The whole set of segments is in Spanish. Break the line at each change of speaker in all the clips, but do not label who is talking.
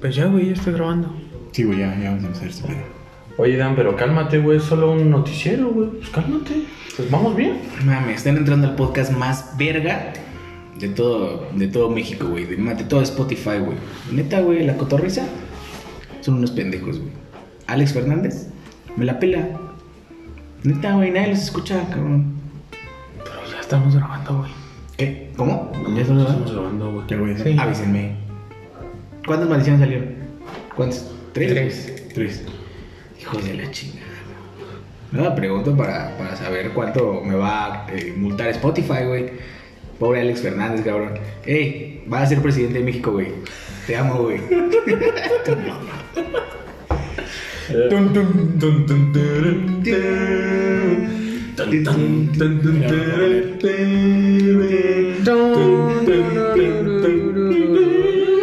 Pues ya, güey, ya estoy grabando.
Sí, güey, ya, ya vamos a empezar este pedo.
Oye, Dan, pero cálmate, güey. Es solo un noticiero, güey. Pues cálmate. Pues vamos bien.
Mames, están entrando al podcast más verga de todo, de todo México, güey. De, de todo Spotify, güey. Neta, güey, la cotorriza son unos pendejos, güey. Alex Fernández me la pela. Neta, güey, nadie los escucha, cabrón.
Pero ya estamos grabando, güey.
¿Qué? ¿Cómo?
Ya estamos grabando, güey.
Ya, güey,
Sí.
avísenme. ¿Cuántas maldiciones salieron? ¿Cuántas? ¿Tres?
Tres.
Tres. Hijos de la chingada. No, pregunto para, para saber cuánto me va a eh, multar Spotify, güey. Pobre Alex Fernández, cabrón. Ey, vas a ser presidente de México, güey. Te amo, güey.
Tun, tun, tun, tun, turun, turun. Tun, tun, tun, tun, turun, turun. Tun, tun, tun, tun,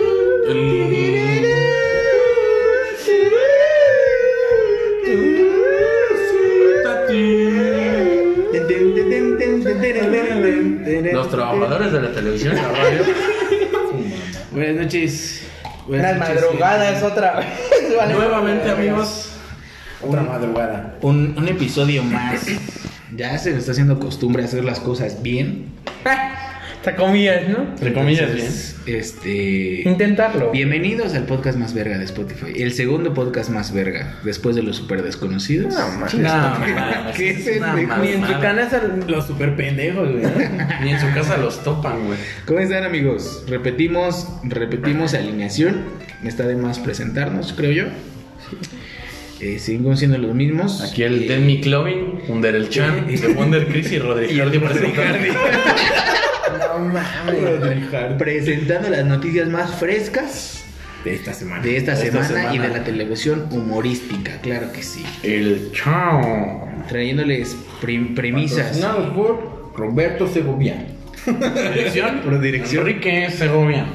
turun. Los trabajadores de la televisión y la radio.
Buenas noches. Buenas
Unas
noches, eh.
madrugadas otra vez. vale.
Nuevamente, amigos.
Otra madrugada.
eh. Un, un episodio más. Ya se nos está haciendo costumbre hacer las cosas bien.
Te comillas, ¿no?
Entre comillas,
Entonces, Este.
Intentarlo.
Bienvenidos al podcast más verga de Spotify. El segundo podcast más verga. Después de los super desconocidos.
No,
¿Qué
mames,
es
una
de-
mamada.
Ni en su cana es el-
Los super pendejos, güey.
Ni en su casa los topan, güey.
¿Cómo están amigos? Repetimos, repetimos alineación. Está de más presentarnos, creo yo. Eh, seguimos siendo los mismos.
Aquí el
Eh,
Demi Clovin, Under el Chan, The Wonder Chris y Rodrigo.
Y el
presentando.
No mames.
presentando las noticias más frescas
De esta semana.
de esta,
De esta
semana, y
semana.
de la televisión humorística, claro que sí.
El Chao.
Trayéndoles prim- premisas.
Patrocinados por Roberto Segovia.
Dirección.
Por dirección.
Enrique Segovia.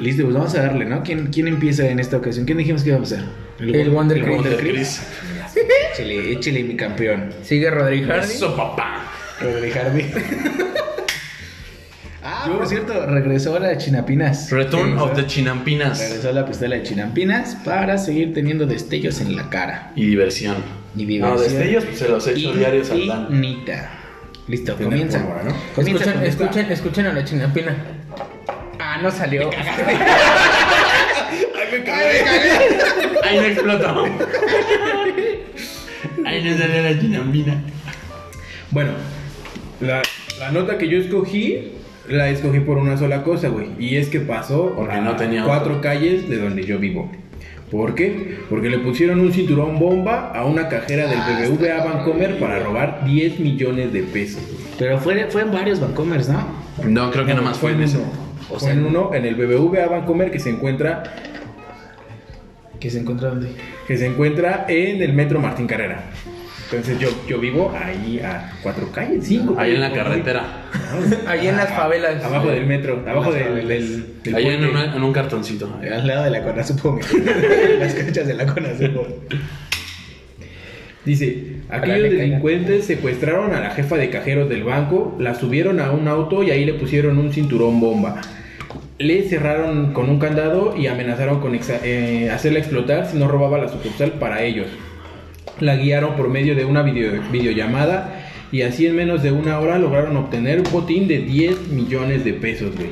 Listo, pues vamos a darle, ¿no? ¿Quién, quién empieza en esta ocasión? ¿Quién dijimos que iba a hacer?
El Wonder Chris.
Wonder
Chris.
Chris.
Échele, échele, mi campeón.
Sigue Rodrigo Hardy.
Eso, papá.
Rodri Hardy. ah, por cierto, regresó a la Chinapinas.
Return
Regresó-
of the Chinampinas.
Regresó a la pistola de Chinampinas para seguir teniendo destellos en la cara.
Y diversión.
Y
No,
diversión.
desde ellos pues, se los he Ah, hecho diarios al Dan.
Infinita. Listo,
Tiene
comienza.
pólvora, ¿no?
Comienza
Escuchen,
con esta.
escuchen, escuchen a la chinapina. Ah, no salió.
Ahí no explotó. Ahí no salió la chinambina.
Bueno, la, la nota que yo escogí, la escogí por una sola cosa, güey. Y es que pasó
Porque
a
no tenía
cuatro
otro.
calles de donde yo vivo. ¿Por qué? Porque le pusieron un cinturón bomba a una cajera del
Ah,
BBVA
está
Bancomer
bien.
para robar 10 millones de pesos. güey.
Pero fue, fue en varios Bancomers, ¿no?
No, creo que nada más fue en eso.
uno.
O
O
sea,
sea, en uno, en el BBVA Bancomer que se encuentra
Que se encontraron de.
que se encuentra en el metro Martín Carrera. Entonces yo, yo vivo ahí a cuatro calles, cinco.
Ahí en la
calles.
carretera.
Ahí en las
Ah,
favelas.
Abajo del metro, abajo
las
del,
favelas.
del- del
Ahí en,
puente.
una- en un cartoncito.
Al lado de la Conasupo, mi- Las canchas de la Conasupo.
Dice,
Ojalá le
aquellos
caiga.
delincuentes secuestraron a la jefa de cajeros del banco, la subieron a un auto y ahí le pusieron un cinturón bomba. Le cerraron con un candado y amenazaron con exa- eh, hacerla explotar si no robaba la sucursal para ellos. La guiaron por medio de una video- videollamada y así en menos de una hora lograron obtener un botín de 10 millones de pesos, güey.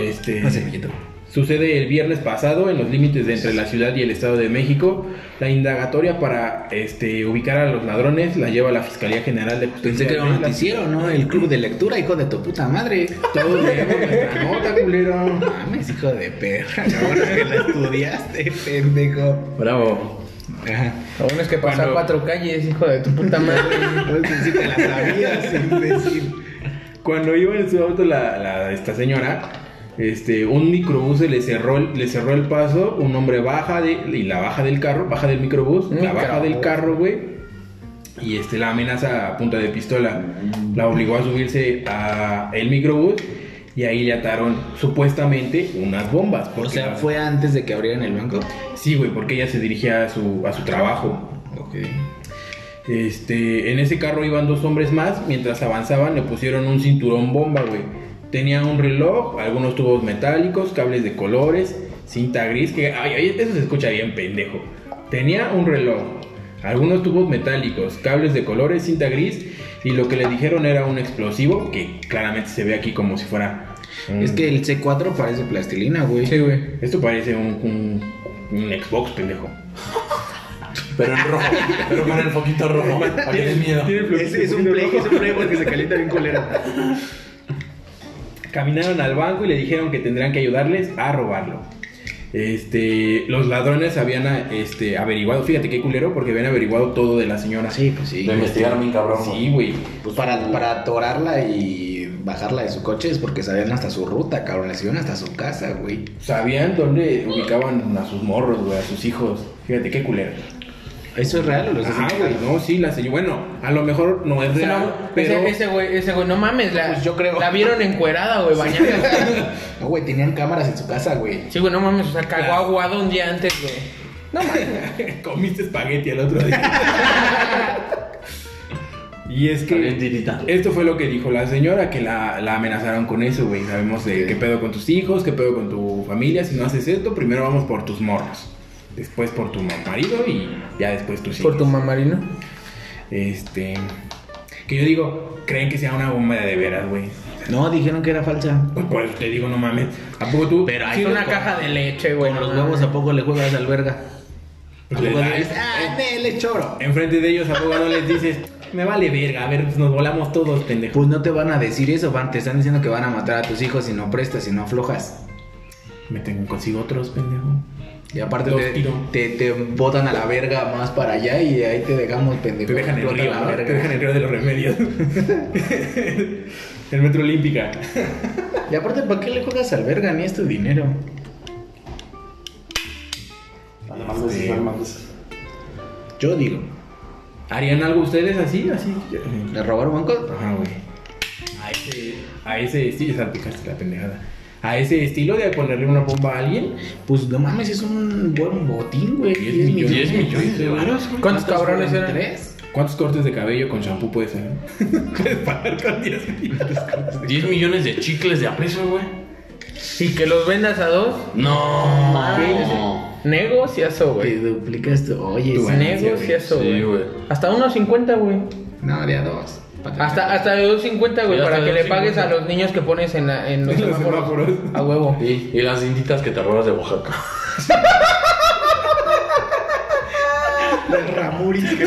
Este...
No sé, mijito.
Sucede el viernes pasado en los límites de entre la ciudad y el Estado de México. La indagatoria para este, ubicar a los ladrones la lleva la Fiscalía General de
Pensé
Justicia.
que era
de
un
la-
noticiero, ¿no? El club de lectura, hijo de tu puta madre.
Todos leemos nuestra nota, culero.
Mames, hijo de perra, cabrón, que la estudiaste, pendejo.
Bravo.
Ajá.
Lo bueno es que pasó
Cuando-
a cuatro calles, hijo de tu puta madre.
Pues sí te la sabías, imbécil.
Cuando iba en su auto la, la- esta señora, este, un microbús se le cerró, el- le cerró el paso, un hombre baja de, y la baja del carro, baja del microbús, la baja
Microbús.
del carro, güey. Y este, la amenaza a punta de pistola. La obligó a subirse a el microbús y ahí le ataron supuestamente unas bombas.
O
porque
sea,
la-
fue antes de que abrieran el banco.
Sí, güey, porque ella se dirigía a su, a su trabajo.
Ok.
Este, en ese carro iban dos hombres más, mientras avanzaban le pusieron un cinturón bomba, güey. Tenía un reloj, algunos tubos metálicos, cables de colores, cinta gris, que ay, ay, eso se escucha bien pendejo. Tenía un reloj, algunos tubos metálicos, cables de colores, cinta gris, y lo que le dijeron era un explosivo, que claramente se ve aquí como si fuera... un-
Es que el C4 parece plastilina, güey.
Sí, güey.
Esto parece un, un- un Xbox, pendejo.
Pero en rojo. pero con el foquito rojo. Para que den miedo.
Es, es un play, es un play porque se calienta bien culero.
Caminaron al banco y le dijeron que tendrían que ayudarles a robarlo. Este, los ladrones habían ah, este, averiguado, fíjate qué culero, porque habían averiguado todo de la señora.
Sí, pues sí.
Lo investigaron bien cabrón, güey.
Sí, güey.
Pues para, para atorarla y bajarla de su coche es porque sabían hasta su ruta, cabrón. La siguieron hasta su casa, güey.
Sabían dónde ubicaban a sus morros, güey, a sus hijos. Fíjate qué culero.
¿Eso es real o lo
Ah, güey, no, sí, la señora. Bueno, a lo mejor no es real, pero.
Ese- Ese güey, ese güey, no mames, la,
Pues yo creo.
la vieron encuerada, güey, bañada.
No, güey, tenían cámaras en su casa, güey.
Sí, güey, no mames, o sea, cagó
Claro.
aguado un día antes, güey. No mames.
Comiste espagueti al otro día. y es que.
Calientita.
Esto fue lo que dijo la señora, que la, la amenazaron con eso, güey. Sabemos de qué pedo con tus hijos, qué pedo con tu familia. Si no haces esto, primero vamos por tus morros. Después por tu marido y ya después tus hijos.
Por tu mamarino.
Este. Que yo digo, creen que sea una bomba de de veras, güey. Pues,
No, dijeron que era falsa.
Por eso te digo, no mames. ¿A poco tú?
Pero ahí
Sí,
con-
una caja de leche, güey.
con
no
los
mames.
huevos a poco le juegas al verga. ¿A
Le
poco
da-
dices, ah, me le choro?
Enfrente de ellos, ¿a poco no les dices, me vale verga? A ver, pues nos volamos todos, pendejo.
Pues no te van a decir eso, van, te están diciendo que van a matar a tus hijos si no prestas, si no aflojas.
Me tengo consigo otros, pendejo.
Y aparte
Los
te,
tiro.
te, te botan a la verga más para allá y ahí te dejamos pendejo.
Te dejan el
Explota
río,
la
¿no?
verga.
Te dejan el río de los remedios. el metro olímpica.
Y aparte, ¿para qué le juegas al verga? Ni es tu dinero.
Además de
Este-
eso, además de eso.
Yo digo,
¿Harían algo ustedes así, así? eh.
¿le robaron banco?
Ajá, güey. A ese, a ese estilo, salpicaste la pendejada. A ese estilo de ponerle una bomba a alguien.
Pues no mames, es un buen botín, güey.
10
10
millones.
10 millones de varos, güey.
¿Cuántos cabrones
fueron?
eran?
¿Tres?
¿Cuántos cortes de cabello con shampoo puedes hacer? Puedes pagar con 10 millones.
10 millones de chicles de a peso, güey.
Y que los vendas a dos.
No.
mames.
Te
Negociazo, güey.
duplicas tu. Oye,
Tu
sí.
ganancia, güey.
Negociazo,
Sí,
güey.
güey.
Hasta unos 50, güey.
No, de a dos. Pa' tener-
Hasta, hasta de 250, güey,
Sí,
para
hasta
que
de
le pagues
2.50.
a los niños que pones en, la- en los,
En los
semáforos.
semáforos.
A huevo.
Y, y las inditas que te robas de Oaxaca.
Los ramuris que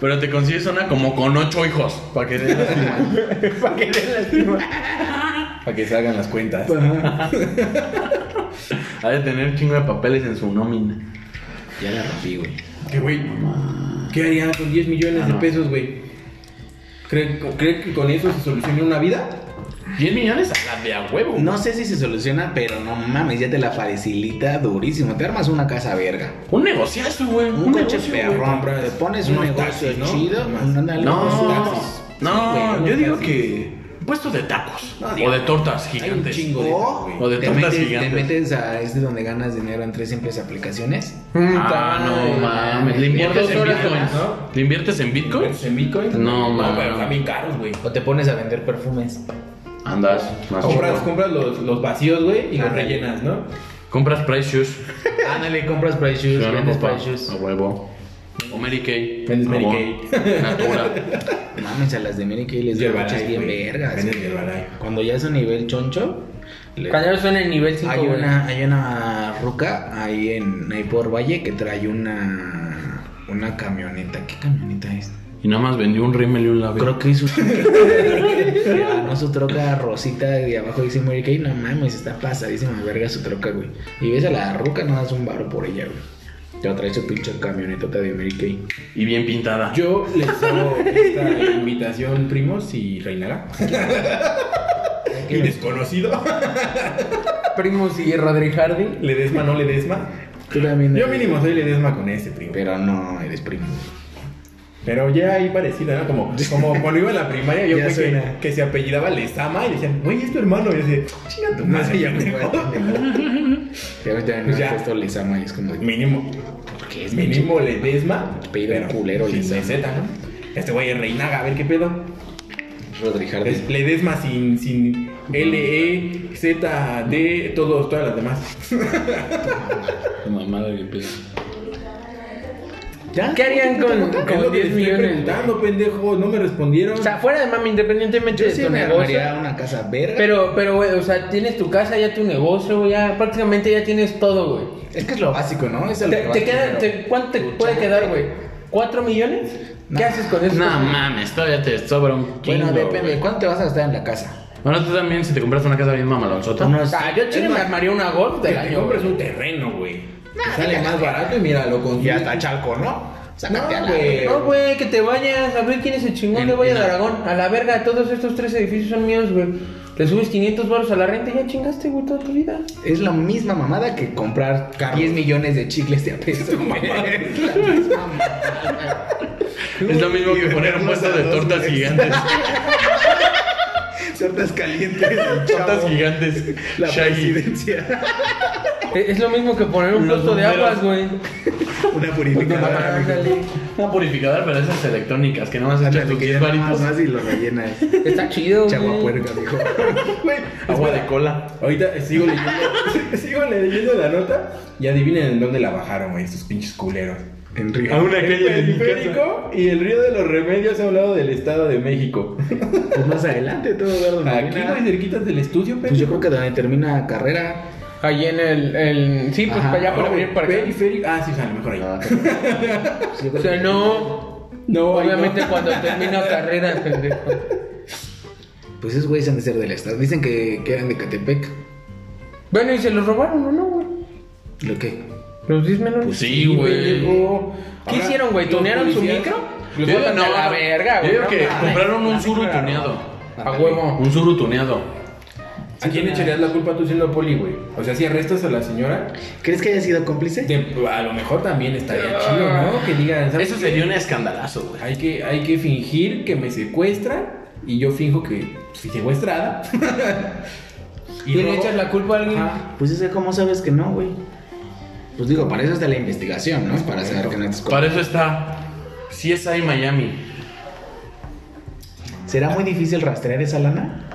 Pero te consigues una como con ocho hijos. Para que
para que le lastima.
Para que salgan las cuentas.
Ha de tener chingo de papeles en su nómina.
Ya la rompí, güey.
Que, güey, ¿qué harían con 10 millones
Ah,
de
no.
pesos, güey? ¿Cree, cree que con eso se solucione una vida?
¿10 millones? A la de a huevo.
No sé si se soluciona, pero no mames, ya te la facilita durísimo. Te armas una casa verga.
Un negociazo, güey.
Un, coche
negocio, güey.
perrón,
compras
Te pones un
unos
negocio
taxis, ¿no?
chido.
Más.
ándale, unos
No,
taxis.
no,
Sí, güey,
yo digo
taxis.
que puestos de tacos
No,
o
digo,
de tortas
Hay un
gigantes.
chingo de...
O
güey.
O de
te
tortas
metes, te
gigantes.
metes a este donde ganas dinero en tres simples aplicaciones.
Ah, no mames. ¿Le inviertes
dos
en
horas,
bitcoins?
¿no?
¿Le inviertes en bitcoins?
¿En Bitcoin?
No, mames.
pero están bien caros, güey.
O te pones a vender perfumes.
Andas más
Compras,
chico.
compras los, los vacíos, güey, y los
Ajá.
rellenas, ¿no?
Compras Price Shoes.
Ándale, compras Price Shoes,
Claro,
vendes
papá.
Price Shoes.
A huevo. O Mary Kay.
Vendes
A
Mary
huevo.
Kay.
Natura.
Mames, a las de Mary Kay les doy muchas bien vergas.
Vendes Herbalife.
Cuando ya es a nivel choncho, le-
Cuando son en el nivel 5,
Hay una, hay una ruca ahí en ahí por Valle que trae una una camioneta. ¿Qué camioneta es?
Y nada más vendió un rímel y un labio.
Creo que es su troca. no, su troca rosita de abajo dice Mary Kay. No mames, está pasadísima de verga su troca, güey. Y ves a la ruca, no das un baro por ella, güey. Te trae su pinche camionetota de Mary Kay.
Y bien pintada.
Yo les hago esta invitación, primos, y reinará. y desconocido.
Primos y Rodri Hardy.
Ledesma, no Ledesma.
Tú también.
Yo
eres-
mínimo soy Ledesma con ese, primo.
Pero no, eres primo.
Pero ya ahí parecida, ¿no? Como, como cuando iba en la primaria, yo
Ya
fue que,
suena.
que se apellidaba Lezama y decían, güey, es tu hermano. Y yo decía, chinga tu
No
madre.
se llama
pendejo".
Ya me
Pues
también
ya.
han puesto Lizama y es como. de,
Mínimo,
¿Por qué es mi
mínimo Ledesma.
Apellido
pero
culero,
sin
Lezama.
Z, ¿no? Este güey es Reinaga, a ver qué pedo.
Rodri Hardy.
Es Ledesma sin, sin L, E, Z, D, todos, todas las demás.
La mamada que empieza.
¿Ya?
¿Qué harían
Ah,
con,
Es lo
con
que les
10
estoy
millones?
preguntando, pendejo. No me respondieron.
O sea, fuera de mami, independientemente
Yo
de
sí
tu
me
negocio.
armaría una casa verga.
Pero, pero, güey, o sea, tienes tu casa, ya tu negocio, güey, ya prácticamente ya tienes todo, güey.
es que es lo básico, ¿no? Es a lo
Te,
que vas
te queda,
primero.
te- ¿Cuánto te puede quedar, güey? ¿Cuatro millones? ¿Qué
No.
haces con eso?
No mames, todavía te sobra un chingo.
Bueno, depende.
güey.
¿Cuánto te vas a gastar en la casa?
Bueno, tú también, si te compras una casa bien mamalonzota.
Unos-
Ah, yo chile
Es
me
más,
armaría una golf
Que
del
te
año.
compres
güey.
un terreno, güey. Te sale más barato y mira, lo
Y
consigues.
hasta Chalco, ¿no? Sácate a
No,
la-
güey.
No, güey, que te vayas a ver quién es el chingón de Valle de Aragón. A la verga, todos estos tres edificios son míos, güey. Le subes 500 baros a la renta y ya chingaste, güey, toda tu vida.
Es la misma mamada que comprar
Carros.
10 millones de chicles de apeso. güey. Es la misma mamada.
Es lo mismo que poner un puesto de tortas gigantes.
Tortas calientes. del chavo.
Tortas gigantes.
La
Shaggy.
presidencia.
E, Es es lo mismo que poner un
Los
puesto de
bomberos.
aguas, güey.
Una purificadora.
Ándale.
Una purificadora, pero esas electrónicas que nomás echas
Ándale,
tus
que
10
ya nada más
varitos.
vas y lo rellenas.
Está chido, güey.
Chaguapuerca, dijo.
Agua de cola.
Ahorita eh, sigo leyendo, sigo leyendo la nota y adivinen en dónde la bajaron, güey, estos pinches culeros.
En Río.
A una
El
calle de mi casa.
periférico y el río de los remedios a un lado del Estado de México.
Pues más adelante, todo lugar donde
Aquí,
viene.
güey, cerquitas del estudio,
Pues yo creo
pendejo.
que donde termina carrera.
Ahí en el, el- Sí, pues
Ajá.
para allá, para
No,
venir
güey,
para acá.
periférico. Ah, sí, o sea, a lo mejor ahí.
Pues yo creo
O sea,
que-
no.
No, ahí
Obviamente
no.
cuando termino carrera, pendejo.
Pues esos güeyes han de ser del estado. Dicen que, que eran de Catepec.
Bueno, y se los robaron, ¿o no, güey?
¿Lo qué?
Los 10 melones.
Pues sí, güey.
pendejo.
¿Qué
Ahora,
hicieron, güey?
los
¿Tunearon su
policías-
micro?
Yo
Los
digo,
botan
no,
a la verga,
yo
güey.
digo
No
que
mames.
compraron un
Las
suru
compraron.
tuneado.
A huevo.
Un suru tuneado.
¿A quién le echarías la culpa tú siendo poli, güey? O sea, si arrestas a la señora,
¿Crees que haya sido cómplice?
te- a lo mejor también estaría chido, ¿no? Que digan, ¿sabes
Eso
qué?
sería un escandalazo, güey.
Hay que, hay que fingir que me secuestran y yo finjo que fui secuestrada.
¿Y le echas la culpa a alguien?
Ajá.
Pues ese cómo sabes que no, güey. Pues digo, para eso está la investigación, ¿no? Para saber que no estás
Para eso está. Si es ahí Miami.
¿Será muy difícil rastrear esa lana?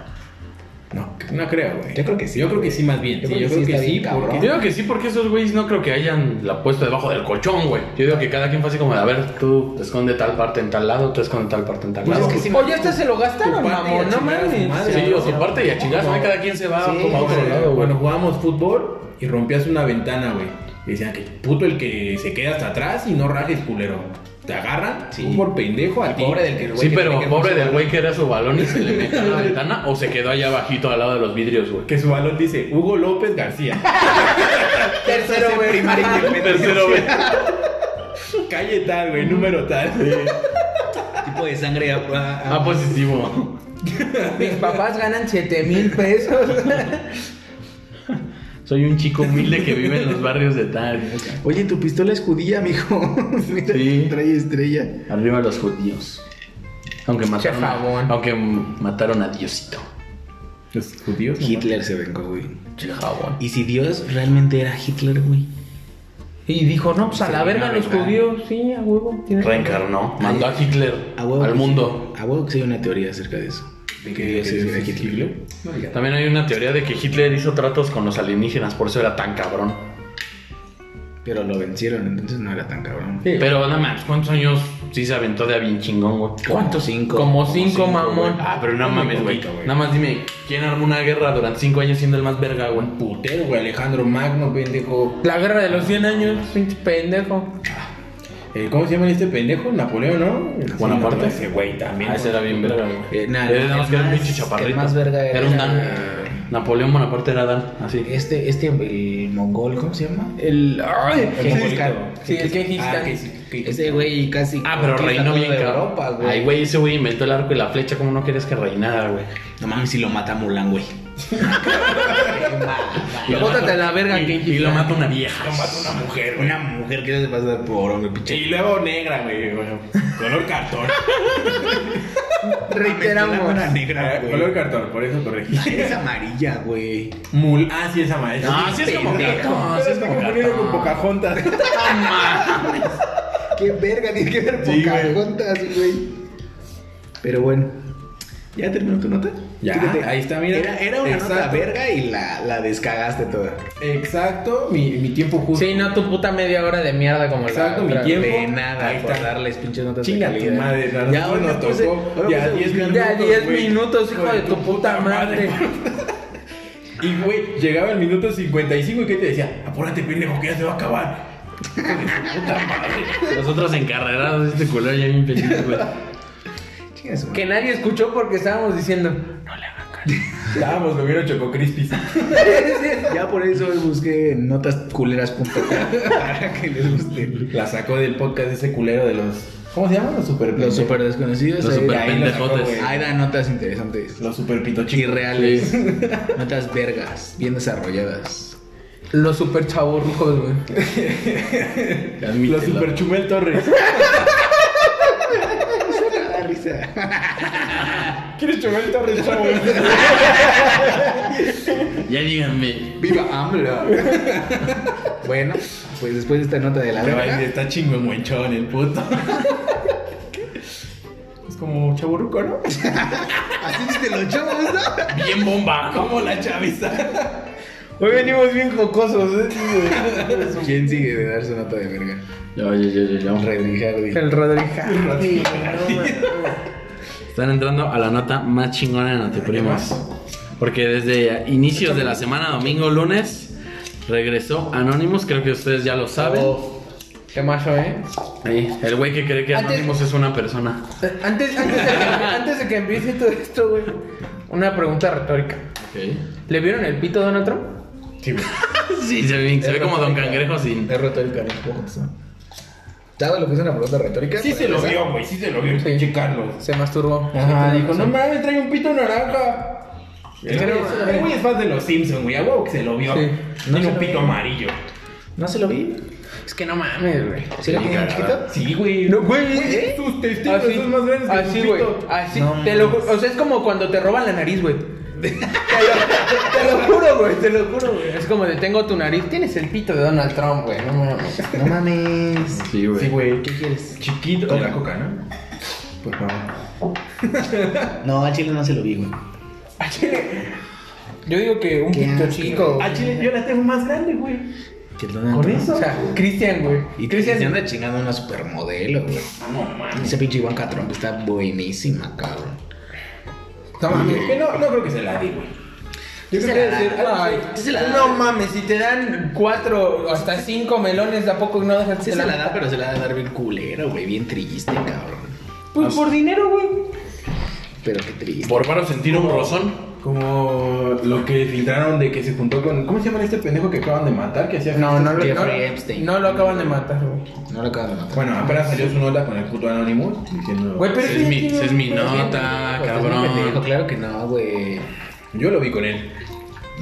No, no creo, güey.
Yo creo que sí,
Yo creo que
güey.
sí, más bien.
Yo
Sí,
creo
Yo
que sí
creo que
está
sí,
bien cabrón.
porque.
Yo digo que sí, porque esos güeyes no creo que hayan la puesto debajo del colchón, güey. Yo digo que cada quien fue así como de, a ver, tú te esconde tal parte en tal lado, tú esconde tal parte en tal
Pues
lado.
es que sí.
Oye, este se lo gastaron,
Tu parte
mamón.
y a
No
chingar a su madre.
mames.
Sí, o su parte y a chingarse, ¿no? cada quien se va
Sí,
como a otro
Pero,
lado, güey.
Cuando jugábamos fútbol y rompías una ventana, güey. y Decían que puto el que se queda hasta atrás y no rajes, culero. Te agarran
Sí.
tú por pendejo a ti.
Pobre del que el güey
sí,
que
pero
tiene que
pobre del
cruzar-
güey que era su balón y se le metió en la ventana o se quedó allá abajito al lado de los vidrios, güey.
Que su balón dice Hugo López García.
Tercero,
Ese
güey.
primario independiente.
Tercero, güey.
Calle tal, güey, número tal.
Tipo de sangre a, a-
Ah, positivo.
Mis papás ganan 7 mil pesos.
Soy un chico humilde que vive en los barrios de tal.
pues, Oye, tu pistola es judía, mijo. Mira,
Sí.
trae estrella.
Arriba los judíos. Aunque mataron, a,
jabón.
aunque mataron a Diosito.
Los judíos. ¿no?
Hitler se vengó, güey.
Che jabón.
¿Y si Dios realmente era Hitler, güey?
Y dijo, no, pues a la verga los judíos. Sí, a huevo. tienes-
Reencarnó. Mandó a Hitler
A huevo
al
que
mundo.
sí. A huevo que sí hay una teoría acerca de eso.
¿De qué Dios
Sí,
es
sí, sí,
Hitler?
Hitler.
No digas.
También hay una teoría de que Hitler hizo tratos con los alienígenas, por eso era tan cabrón.
Pero lo vencieron, entonces no era tan cabrón.
Sí.
Pero nada más, ¿cuántos años sí se aventó de a bien chingón, güey?
¿Cuántos? Cinco.
Como 5, mamón.
Ah, pero no
Muy
mames, güey.
poquito, güey.
Nada más dime, ¿quién armó una guerra durante cinco años siendo el más verga, güey?
Putero, güey, Alejandro Magno, pendejo.
La guerra de los 100 años, pinche pendejo.
Eh, ¿Cómo se llama este pendejo? Napoleón, ¿no?
Bonaparte.
Sí, Ese güey también.
Ah, ese era bien verga, güey.
Eh, nah,
Era
el
nada más que era un
más-
pinche chaparrito.
el más verga era-
un Dan. Napoleón Bonaparte era Dan, así.
Este, este, el mongol, ¿cómo se llama?
El. ¡Ay!
El
Gengis
mongolito.
Khan. Sí, el Gengis
Ah,
Khan.
que sí, que-
Ese Este güey casi.
Ah, pero
conquista
reinó
toda
bien cabrón.
Europa, güey.
Ay, güey, ese güey inventó el arco y la flecha, ¿cómo no quieres que reinara, güey?
No mames, si lo mata Mulan, güey.
Y lo
Bótate
mata-
a la verga,
y,
Gengis
y lo
Khan.
mata una vieja.
Lo mató una mujer, güey.
Una mujer que se pasa por hombre, pinche.
Y luego negra, güey. bueno, Color cartón.
Mames,
Reiteramos.
Mulan era negra,
Eh, color
güey.
cartón, por eso corregí.
Es amarilla, güey.
Mul. Ah, sí, esa maestra.
No, así es como gato, así es como gato.
con Pocahontas.
Qué verga, tiene que ver
Sí, güey.
Pocahontas, güey. Pero bueno. ¿Ya terminó tu nota?
Ya,
Fíjate,
ahí está, mira.
Era, era una nota
Exacto.
verga y la, la descagaste toda.
Exacto, mi, mi tiempo justo.
Sí, no tu puta media hora de mierda como
Exacto,
la
mi
otra.
tiempo.
De nada
Ahí
por
está.
darles pinches notas
Chinga
de
tu
calidad.
madre, la
Ya
razón
hoy
nos
me puse-
tocó.
hoy me puse
Ya
a
10
buscar-
minutos.
Ya 10
güey.
minutos, hijo de tu puta madre.
Y güey, llegaba el minuto 55 y que te decía, apúrate pendejo que ya se va a acabar.
Nosotros encarrerados, este culero ya bien pendiente, güey.
Chinga su madre.
Que nadie escuchó porque estábamos diciendo.
Estábamos comiendo Choco Crispis.
Ya por eso hoy busqué en notasculeras.com para que les guste.
La sacó del podcast ese culero de los. ¿Cómo se llaman? Los super
Los super desconocidos.
Los
ahí-
super
ahí los-
pendejotes.
sacó, güey.
Ahí dan notas interesantes.
Los super pito
Y
chicos.
reales. Notas vergas, bien desarrolladas.
Los super chaburrucos, güey.
Admítelo.
Los super chumel Torres.
Da risa.
¿Quieres chumel Torres, chavo?
Ya díganme.
¡Viva AMLO! bueno, pues después de esta nota de la
Te va a
verga,
decir, Está chingüengüenchón el puto. Es como chaburruco, ¿no?
Así se te lo echamos, ¿no?
Bien bomba.
Como la chaviza.
Hoy venimos bien jocosos, ¿eh?
¿Quién sigue de dar su nota de verga?
Yo, yo, yo, yo, yo.
Rodríguez Hardy.
El Rodríguez.
Están entrando a la nota más chingona de Notiprimas. Porque desde inicios de la semana, domingo, lunes, regresó Anonymous. Creo que ustedes ya lo saben.
Qué macho, ¿eh?
Ahí, el güey que cree que
Antes-
Anonymous es una persona.
Eh, Antes, antes, de que, antes de que empiece todo esto, güey, una pregunta retórica.
Ok.
¿Le vieron el pito a Donald Trump?
Sí, güey.
Sí, se ve, se ve como Don Cangrejo sin.
Es retórica, pues, ¿no? ¿Sabes lo que es una pregunta retórica?
Sí se lo
Para
vio, güey. Sí se lo vio.
Sí.
Che, Carlos.
Se masturbó.
Ajá, dijo, no mames, trae un pito naranja. El
Creo-
güey- el güey es fan de los Simpsons, güey. A huevo que se lo vio.
Sí.
Tiene
No se
un
lo
pito
vio.
amarillo.
¿No se lo vi?
Es que no mames, güey.
¿Se lo
Sí,
vi en
cagada.
chiquito?
Sí, güey.
No, güey, ¿eh?
Tus testículos son más grandes que
así,
tu
güey.
pito.
Así,
No
te lo
mames.
juro. O sea, es como cuando te roban la nariz, güey. te, lo, te lo juro, güey. Te lo juro, güey. Es como de tengo tu nariz. Tienes el pito de Donald Trump, güey. No mames.
No mames.
Sí, güey.
Sí, güey.
¿Qué quieres?
Chiquito.
Coca.
La coca, ¿no?
Por favor. No, al chile no se lo vi, güey.
Al chile, Yo digo que un
Qué
pito
asco.
chico.
Ah, chile, yo la tengo más grande, güey.
Que el Donald
¿Con
Trump-
eso?
O sea, Cristian, güey.
Y Cristian se anda chingando una supermodelo, güey.
No mames.
Ese pinche Ivanka Trump está buenísima, cabrón.
No mames.
Que no, no creo que se la di, güey.
Yo
Sí se
creo que
la
decir,
da,
ay,
sí se la da.
no mames, si te dan cuatro o hasta cinco melones, ¿a poco no dejas que
Sí se
te
la
den?
da, pero se la da dar bien culero, güey. Bien triste, cabrón.
Pues por dinero, güey.
Pero qué triste.
Por varo sentir un rozón.
Como lo que filtraron de que se juntó con. ¿Cómo se llama este pendejo que acaban de matar? Que hacía
No, no
fiestas?
lo, no,
Jeffrey Epstein.
no lo acaban de matar, güey.
No lo acabas de matar.
Bueno, apenas salió su nota con el puto Anonymous diciendo.
Güey, pero
Esa
ese
es mi,
tiene
esa es mi
un-
nota,
Pues, es lo que te digo,
Ah, cabrón.
Claro que no, güey.
Yo lo vi con él.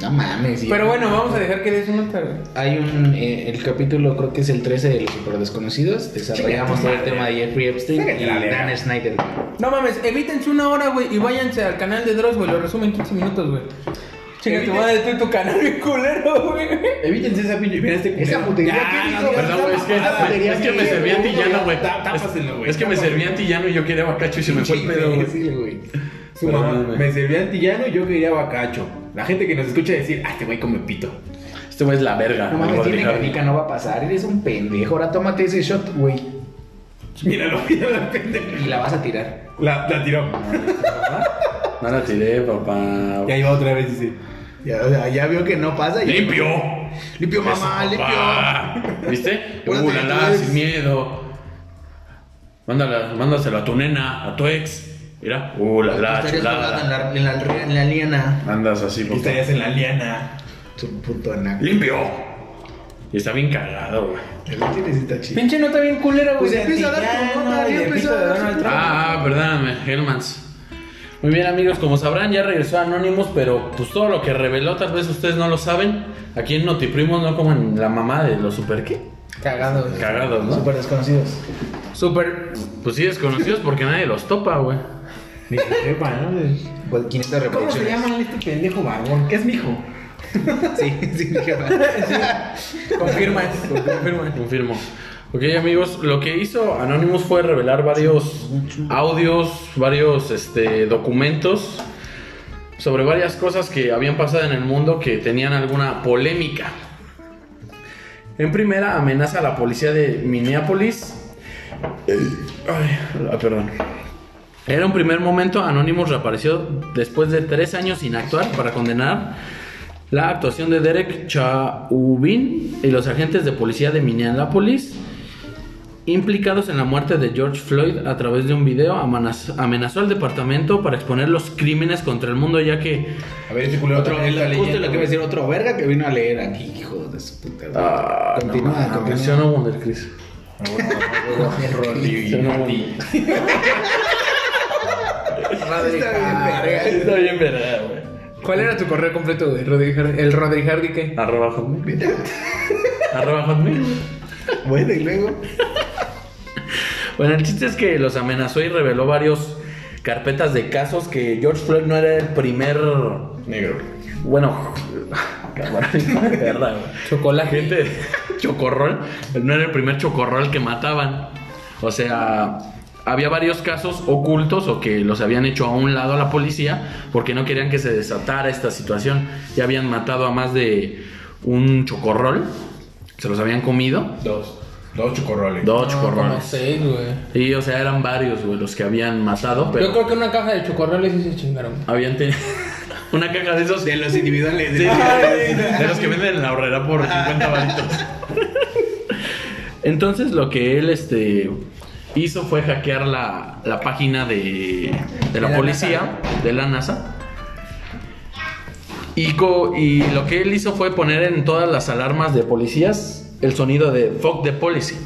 No mames. sí.
Pero bueno, vamos a dejar que des una tarde.
Hay un. eh, el capítulo, creo que es el 13 de los super desconocidos.
Chinga
Desarrollamos
tu
todo el
madre.
tema de Jeffrey Epstein
Sácate
y
la verga.
Dan Snyder.
No mames, evítense una hora, güey, y váyanse al canal de Dross, güey. Lo resumen en 15 minutos, güey. Chinga, tu
Eviten-
madre, estoy tu canal, bien culero, güey.
Evítense esa pinche. Mira este
Esa
culero.
putería
Ya,
que
no,
hizo,
perdón,
esa
güey,
es que,
mamada,
es que-
es que me serví a Antillano, güey.
Tá- tápaselo, güey.
Es que me serví a Antillano y yo quería bacacho y se me fue el pedo, güey.
Sí, güey.
Su mamá,
Perdóname.
me serví antillano y yo quería bacacho. La gente que nos escucha decir, ah, este güey come pito.
Este güey es la verga.
No mames,
el
tiene
Rodrigo.
canica, no va a pasar. Eres un pendejo. Ahora tómate ese shot, güey.
Míralo, míralo, al pendejo.
Y la vas a tirar.
La, la tiró.
No la tiré, papá.
Y ahí va otra vez, dice.
Ya, o sea, ya vio que no pasa. y-
¡Limpio!
¡Limpio, mamá!
Eso, papá. ¿Viste?
Buenas
Uh, la, la,
tardes.
sin miedo. Mándala, mándaselo a tu nena, a tu ex. Mira. Uh, la,
Tú
la,
estarías colgado en
chulada.
la, en la- en la liana.
Andas así,
Y
papá.
estarías en la liana.
Tu puto anaco.
¡Limpio! Y está bien cagado, güey.
El chile sí está chido.
Pinche nota bien culera, güey.
Pues empieza a dar tu
Antillano,
nota,
y
ya
el
empieza
pito
a
de
dar
Donald
tu
Trump.
Ah, ah, perdóname, Helmans. Muy bien, amigos, como sabrán, ya regresó Anonymous, pero pues todo lo que reveló, tal vez ustedes no lo saben. Aquí en Notiprimos, no como en la mamá de los super qué?
Cagado, güey.
Cagados, ¿no?
Súper desconocidos.
Súper.
Pues sí, desconocidos porque nadie los topa, güey.
Ni que sepa, ¿no?
Pues 500
¿Cómo se
reproducciones.
llama este pendejo barbón? ¿Qué es mi hijo?
Sí, sí, mi jefa.
Confirmas, confirmas.
Confirmo. Ok, amigos, lo que hizo Anonymous fue revelar varios audios, varios este, documentos sobre varias cosas que habían pasado en el mundo que tenían alguna polémica. En primera, amenaza a la policía de Minneapolis. Ay, ah, perdón. Era un primer momento, Anonymous reapareció después de tres años sin actuar para condenar la actuación de Derek Chauvin y los agentes de policía de Minneapolis implicados en la muerte de George Floyd a través de un video amenaz- amenazó al departamento para exponer los crímenes contra el mundo ya que
A ver, ese culero
Otro,
también está
justo lo que iba
leyendo,
a
güey.
decir, otro verga que vino a leer aquí, hijo de su puta. madre.
Ah,
Continúa,
no, mames,
continúa.
yo no voy a poner Chris.
Ah, Rolly y
Yo no voy a-
Marty.
Está bien, verga, güey.
¿Cuál era tu correo completo, güey? Rodri Har- ¿El Rodri Hardy qué?
Arroba hotmail. Arroba hotmail.
Bueno, y luego.
Bueno, el chiste es que los amenazó y reveló varios carpetas de casos que George Floyd no era el primer.
Negro.
Bueno, cabrón, hijo de perra, güey. la
Chocolate.
gente chocorrol, no era el primer chocorrol que mataban. O sea, había varios casos ocultos o que los habían hecho a un lado a la policía porque no querían que se desatara esta situación. Ya habían matado a más de un chocorrol, se los habían comido.
Dos. Dos chocorroles.
Dos
No, como
chocorroles.
seis, güey.
Y o sea, eran varios, güey, los que habían matado, pero
Yo creo que una caja de chocorroles sí se chingaron. güey.
habían tenido una caja de esos
De los individuales.
Sí,
de-
de los que venden en la horrera por 50 varitos. Entonces lo que él este, hizo fue hackear la, la página de, de la,
De la
policía, de la NASA. Y, co- y lo que él hizo fue poner en todas las alarmas de policías el sonido de fuck the policy.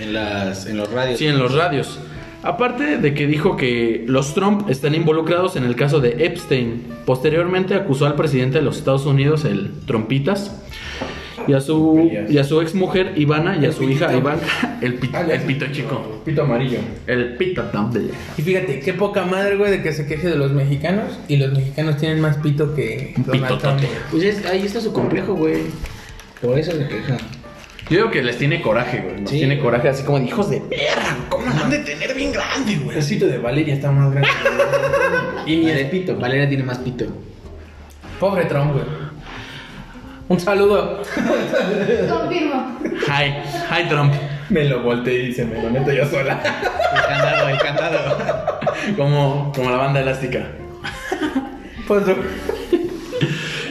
En, las, en los radios.
Sí, en los radios. Aparte de que dijo que los Trump están involucrados en el caso de Epstein, posteriormente acusó al presidente de los Estados Unidos, el Trompitas, y a su, y a su ex mujer Ivana y a su hija Iván, el, pi-
Ah,
el pito chico,
Pito amarillo.
el pito también.
Y fíjate, qué poca madre, güey, de que se queje de los mexicanos. Y los mexicanos tienen más pito que
Un
Donald Trump.
pitotote.
güey.
Pues es- ahí está su complejo, güey. Por eso se queja.
Yo digo que les tiene coraje, güey. nos
Sí.
tiene coraje, así como de hijos de perra. ¿Cómo la han de tener bien grande, güey?
El pito de Valeria está más grande. y ni el pito.
Valera tiene más pito.
Pobre Trump, güey. Un saludo.
Confirmo.
Hi, hi Trump.
Me lo volteé y se me lo meto yo sola.
El candado, el candado.
Como, como la banda elástica.
Pues, güey,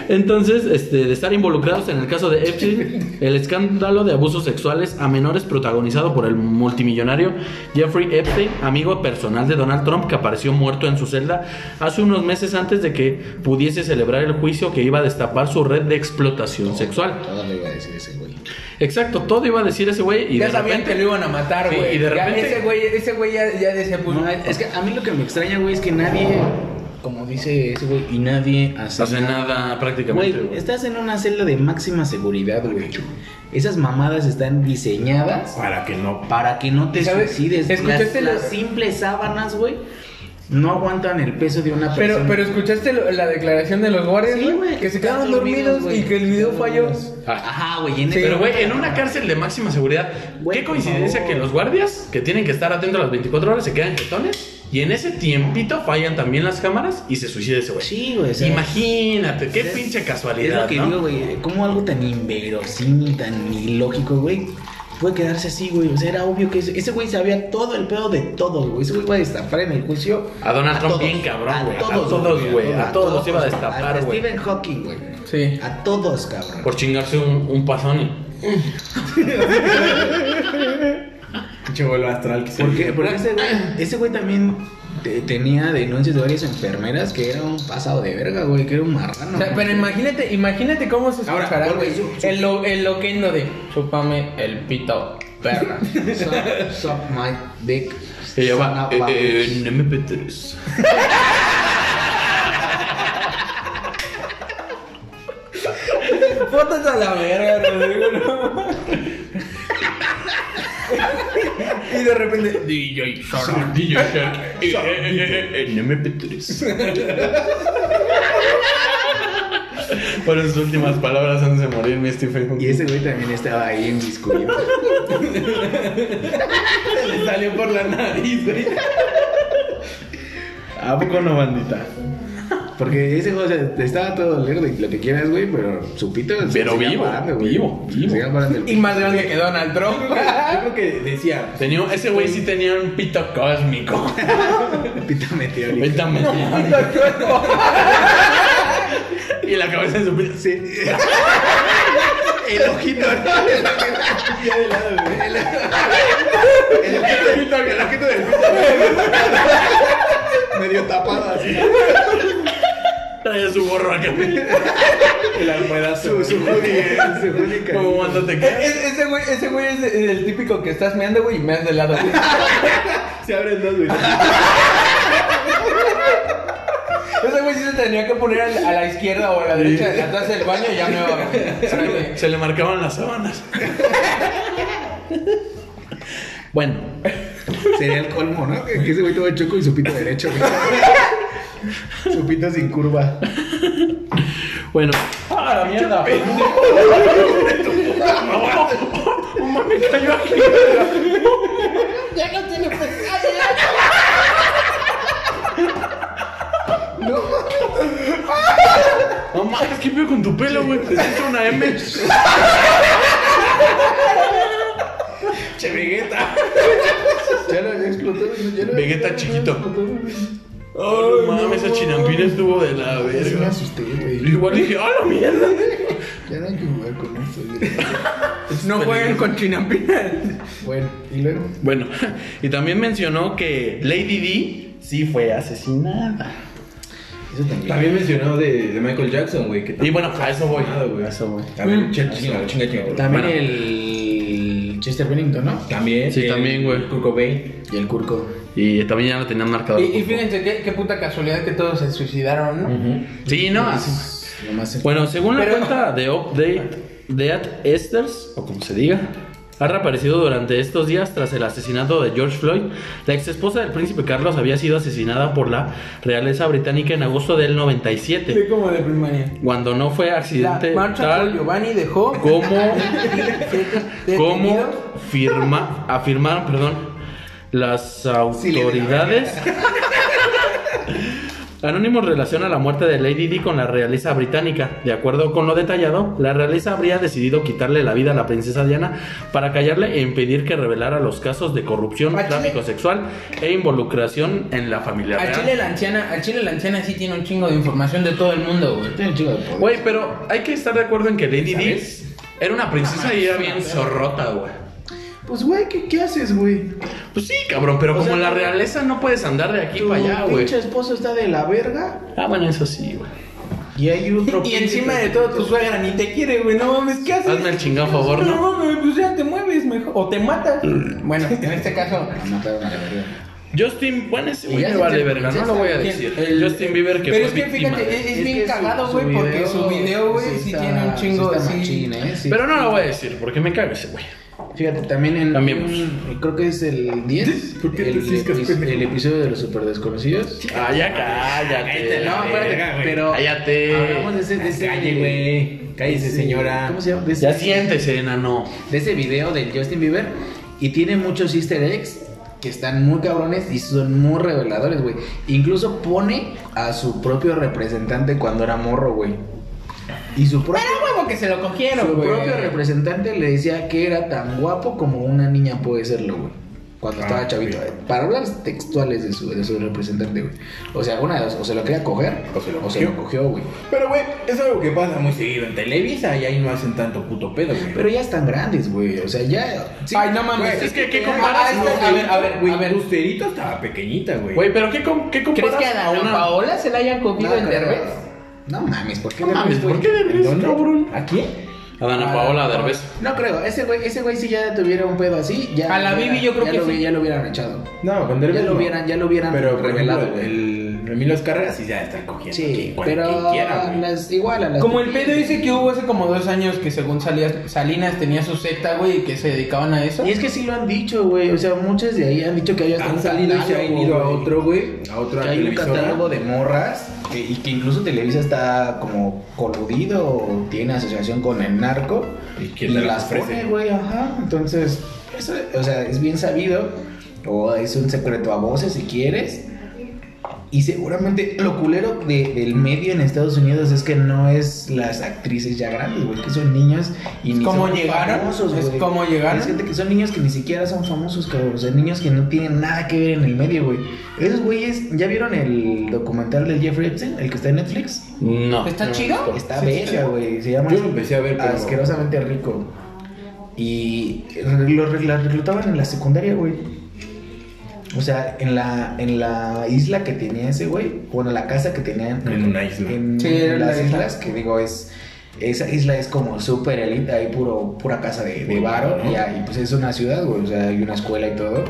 Entonces, este, de estar involucrados en el caso de Epstein, el escándalo de abusos sexuales a menores protagonizado por el multimillonario Jeffrey Epstein, amigo personal de Donald Trump, que apareció muerto en su celda hace unos meses antes de que pudiese celebrar el juicio que iba a destapar su red de explotación sexual.
Todo le iba a decir ese güey.
Exacto, todo iba a decir ese güey y
ya
de
sabían
repente-
que lo iban a matar,
Sí,
güey.
y de
Ya
repente-
ese güey, ese güey ya, ya decía, pues.
No, es que a mí lo que me extraña, güey, es que nadie, como dice ese güey, y nadie hace,
No hace nada prácticamente.
Güey,
güey.
estás en una celda de máxima seguridad, güey. Esas mamadas están diseñadas
Para que no.
para que no te
¿Sabes?
suicides. Las,
¿Escuchaste
las
lo-
simples sábanas, güey, no aguantan el peso de una
Pero,
persona.
pues, pero escuchaste lo- la declaración de los guardias,
Sí, güey,
Que se quedaron
están
dormidos,
güey,
y que el video
están
falló.
dormidos.
Ah.
Ajá, güey, en
Sí.
ese-
Pero, güey, en una cárcel de máxima seguridad,
Güey,
qué
por
coincidencia
favor.
que los guardias, que tienen que estar atentos las 24 horas, se quedan jetones y en ese tiempito fallan también las cámaras y se suicida ese güey.
Sí, güey. o sea,
Imagínate, qué
es-
pinche
Es
casualidad.
lo que
¿no?
digo, güey. ¿Cómo algo tan inverosímil, tan ilógico, güey? Puede quedarse así, güey. O sea, era obvio que ese ese güey sabía todo el pedo de todos, güey. Ese güey iba a destapar en el juicio.
A Donald Trump
todos.
bien cabrón, güey. A
todos,
todos, güey. A todos los iba a
cabrón.
destapar,
Hasta
güey.
Stephen Hawking, güey.
Sí.
A todos, cabrón.
Por chingarse un, un pasón. y-
Pinche vuelo astral que se
¿Por qué? Porque ese güey, ese güey también te- tenía denuncias de varias enfermeras que era un pasado de verga, güey. Que era un marrano.
O sea, pero imagínate, imagínate cómo se
Ahora,
escuchará,
ponle
güey.
su- su-
El, lo, el loquendo de chúpame el pito, perra.
Suck, suck my dick.
Se llama
Son
eh,
a
eh, en
bitch.
MP3.
Fotos a la verga, Rodrigo, no. Y de repente,
DJ Shark. DJ Shark. eh, eh, eh, eh, En MP3. Fueron sus últimas palabras antes de morir, mi Stephen Hawking.
Y ese güey también estaba ahí en discutiendo.
Se le salió por la nariz, güey.
¿A poco no, bandita? Porque ese juego estaba todo lejos de lo que quieras, güey, pero su pito se
Pero
sigue
vivo,
parando, güey.
vivo,
Se
vivo.
sigue parando el
Y
pito.
más grande que Donald Trump.
Yo creo que decía,
Tenía, ese güey sí tenía un pito cósmico.
Pito meteórico.
Ahorita me- y la cabeza de su pito.
Sí. El ojito, ¿no? El El ojito, el ojito del pito. Medio tapado así.
Traía su gorro acá.
el almohadazo.
Su, su hoodie, su hoodie.
Como cuando te
E-
caes.
e- Ese güey, ese güey es el típico que estás meando, güey, y meas de lado. güey.
Se abren dos, güey.
Ese güey sí se tenía que poner al- a la izquierda o a la derecha de la taza del baño y ya me va. güey.
Se le marcaban las sábanas. Bueno,
Sería el colmo, ¿no? Que que ese güey todo choco y su pito derecho, güey. Su pito sin curva.
bueno.
¡Ah, la mierda!
me cayó aquí.
Ya no tiene pues. Ay,
No mames, ¿qué veo con tu pelo, güey? Te siento una M.
Che, Vegeta. Ya lo explotó. Ya lo
Vegeta chiquito. Oh, no mames, esa chinampina estuvo de la
Sí me
verga.
asusté,
Y
güey.
Igual dije, ¡ah, la mierda!
Ya no hay que jugar con esto, güey.
No jueguen con chinampinas.
Bueno, y luego.
Bueno, y también mencionó que Lady D sí fue asesinada.
Eso también.
pues, También mencionó de, de Michael Jackson, güey. Que
Y bueno, a eso voy.
Nada, güey.
A eso voy.
A ver, chinga, chinga, chinga, chinga.
También
Bueno.
el Chester Bennington, ¿no?
También.
Sí,
el
también, güey.
Kurt Cobain.
Y el Curco.
Y también ya lo tenían marcado.
Y, y fíjense qué, qué puta casualidad que todos se suicidaron, ¿no?
Ah, Sí, no.
Lo más cercano.
Bueno, según la
Pero-
cuenta de Update de Ad Esters, o como se diga, ha reaparecido durante estos días tras el asesinato de George Floyd. La exesposa del príncipe Carlos había sido asesinada por la realeza británica en agosto del 97,
como de primaria.
cuando no fue
La
accidente
marcha por
tal
Giovanni dejó
como ¿Cómo
detenidos
firma, afirmaron perdón, las
Sí, le di la
autoridades? Anónimos relaciona la muerte de Lady Di con la realeza británica. De acuerdo con lo detallado, la realeza habría decidido quitarle la vida a la princesa Diana para callarle e impedir que revelara los casos de corrupción,
A Chile-
tráfico sexual e involucración en la familia
Al
real.
Chile la anciana, al Chile la anciana sí tiene un chingo de información de todo el mundo, güey.
Tiene un chingo de poder.
Güey, pero hay que estar de acuerdo en que Lady Di era una princesa y era bien zorrota, güey.
Pues, güey, ¿qué, qué haces, güey?
Pues sí, cabrón, pero
O
como
sea,
la
no-
realeza no puedes andar de aquí para allá,
Tu
güey.
pinche esposo está de la verga.
Ah, bueno, eso sí, güey.
Y hay otro.
Y
pinche-
encima de todo pues, tu suegra ni te quiere, güey. No mames, ¿qué haces?
Hazme el chingado favor, ¿no?
No mames, pues ya te mueves mejor. O te matas. Bueno, en este caso.
Ah, mataron a la verga.
Justin, bueno, ese
Y
güey
ya
me
se
vale
tiene
verga, no
princesa,
lo voy a
¿quién?
decir.
El-
Justin Bieber que
Pero es
fue
que
víctima.
fíjate, es, es
que eh,
bien
su-
cagado,
su
güey, porque
video
su video, güey, sí,
está-
tiene un chingo
sí
de
está machín, ¿eh? Sí.
Pero no lo voy a decir porque me caga ese güey.
Fíjate, también en.
También,
un- creo que es el 10.
¿Por qué te
el,
ciscas,
epi-
pendejo?
el episodio de los super desconocidos.
Ah, ya cállate.
No,
verga,
espérate,
güey.
pero. Hablamos de
Cállate.
ese. De ese
Calle, güey. Cállese,
ese-
señora.
¿Cómo se llama? De ese-
Ya siéntese, enano.
de ese video del Justin Bieber y tiene muchos easter eggs que están muy cabrones y son muy reveladores, güey. Incluso pone a su propio representante cuando era morro, güey. Y su propio,
Huevo que se lo
su
cogieron, güey.
propio representante le decía que era tan guapo como una niña puede serlo, güey. Cuando
Ah,
estaba chavito.
sí.
eh, Para hablar textuales de su, de su representante, güey. O sea, alguna de dos. O se lo quería coger
O se lo
o se lo cogió, güey.
Pero, güey, es algo que pasa muy seguido en Televisa y ahí no hacen tanto puto pedo, güey.
Pero ya están grandes, güey. O sea, ya... sí,
Ay, no mames.
Güey, eh,
es que, ¿qué
Ah,
comparas,
es que-
güey?
A ver, a ver,
güey,
a ver.
Lucerito estaba pequeñita, güey.
Güey, pero ¿qué, com- qué comparas
¿Crees que a Dana Paola se la hayan cogido en
creo.
Derbez?
No mames, ¿por qué
No mames,
Derbez, güey?
¿por qué Derbez,
¿En dónde?
cabrón?
¿A quién?
A Dana Paola Derbez.
No creo, ese güey, ese güey si ya tuviera un pedo así, ya
A la
ya-
Bibi yo creo
ya
que
lo,
sí.
ya lo hubieran echado.
No, con Derbez
Ya lo
no.
hubieran, ya lo hubieran
Pero por
revelado,
ejemplo,
güey.
el Emilio Carreras sí ya están cogiendo.
Sí,
quien- quien
pero
quiera,
a
güey.
las, igual a las
Como el pedo dice que hubo hace como dos años que según Salías- Salinas tenía su secta, güey, y que se dedicaban a eso.
Y es que sí lo han dicho, güey, o sea, muchas de ahí han dicho que hay hasta
Han
un
salido y se han
catálogo,
ido a
güey.
otro, güey. A
Que
otro
hay un catálogo de morras que- y que incluso Televisa está como coludido o tiene asociación con el narco
¿Y
Y
quién te las
las
ofrece?
pone, güey, ajá. Entonces, eso, o sea, es bien sabido. O es un secreto a voces si quieres. Y seguramente lo culero de- del medio en Estados Unidos es que no es las actrices ya grandes, güey, que son niños y ni
¿Cómo
son
llegaron?
famosos,
¿Es
güey.
cómo llegaron?
Es gente que son niños que ni siquiera son famosos, cabrón. O sea, niños que no tienen nada que ver en el medio, güey. Esos güeyes, ¿ya vieron el documental del Jeffrey Epstein, el que está en Netflix?
No.
Pues ¿Está chido?
Está
Sí,
bella, güey. Se llama
Yo lo empecé a ver, pero-
Asquerosamente rico. Y lo re- la reclutaban en la secundaria, güey. O sea, en la, en la isla que tenía ese güey. Bueno, la casa que tenía.
En una isla.
En,
Sí, era
en las
la isla.
islas, que digo, es. Esa isla es como súper elite, hay puro, pura casa de, de varo.
¿no?
Y ahí, pues es una ciudad, güey. O sea, hay una escuela y todo.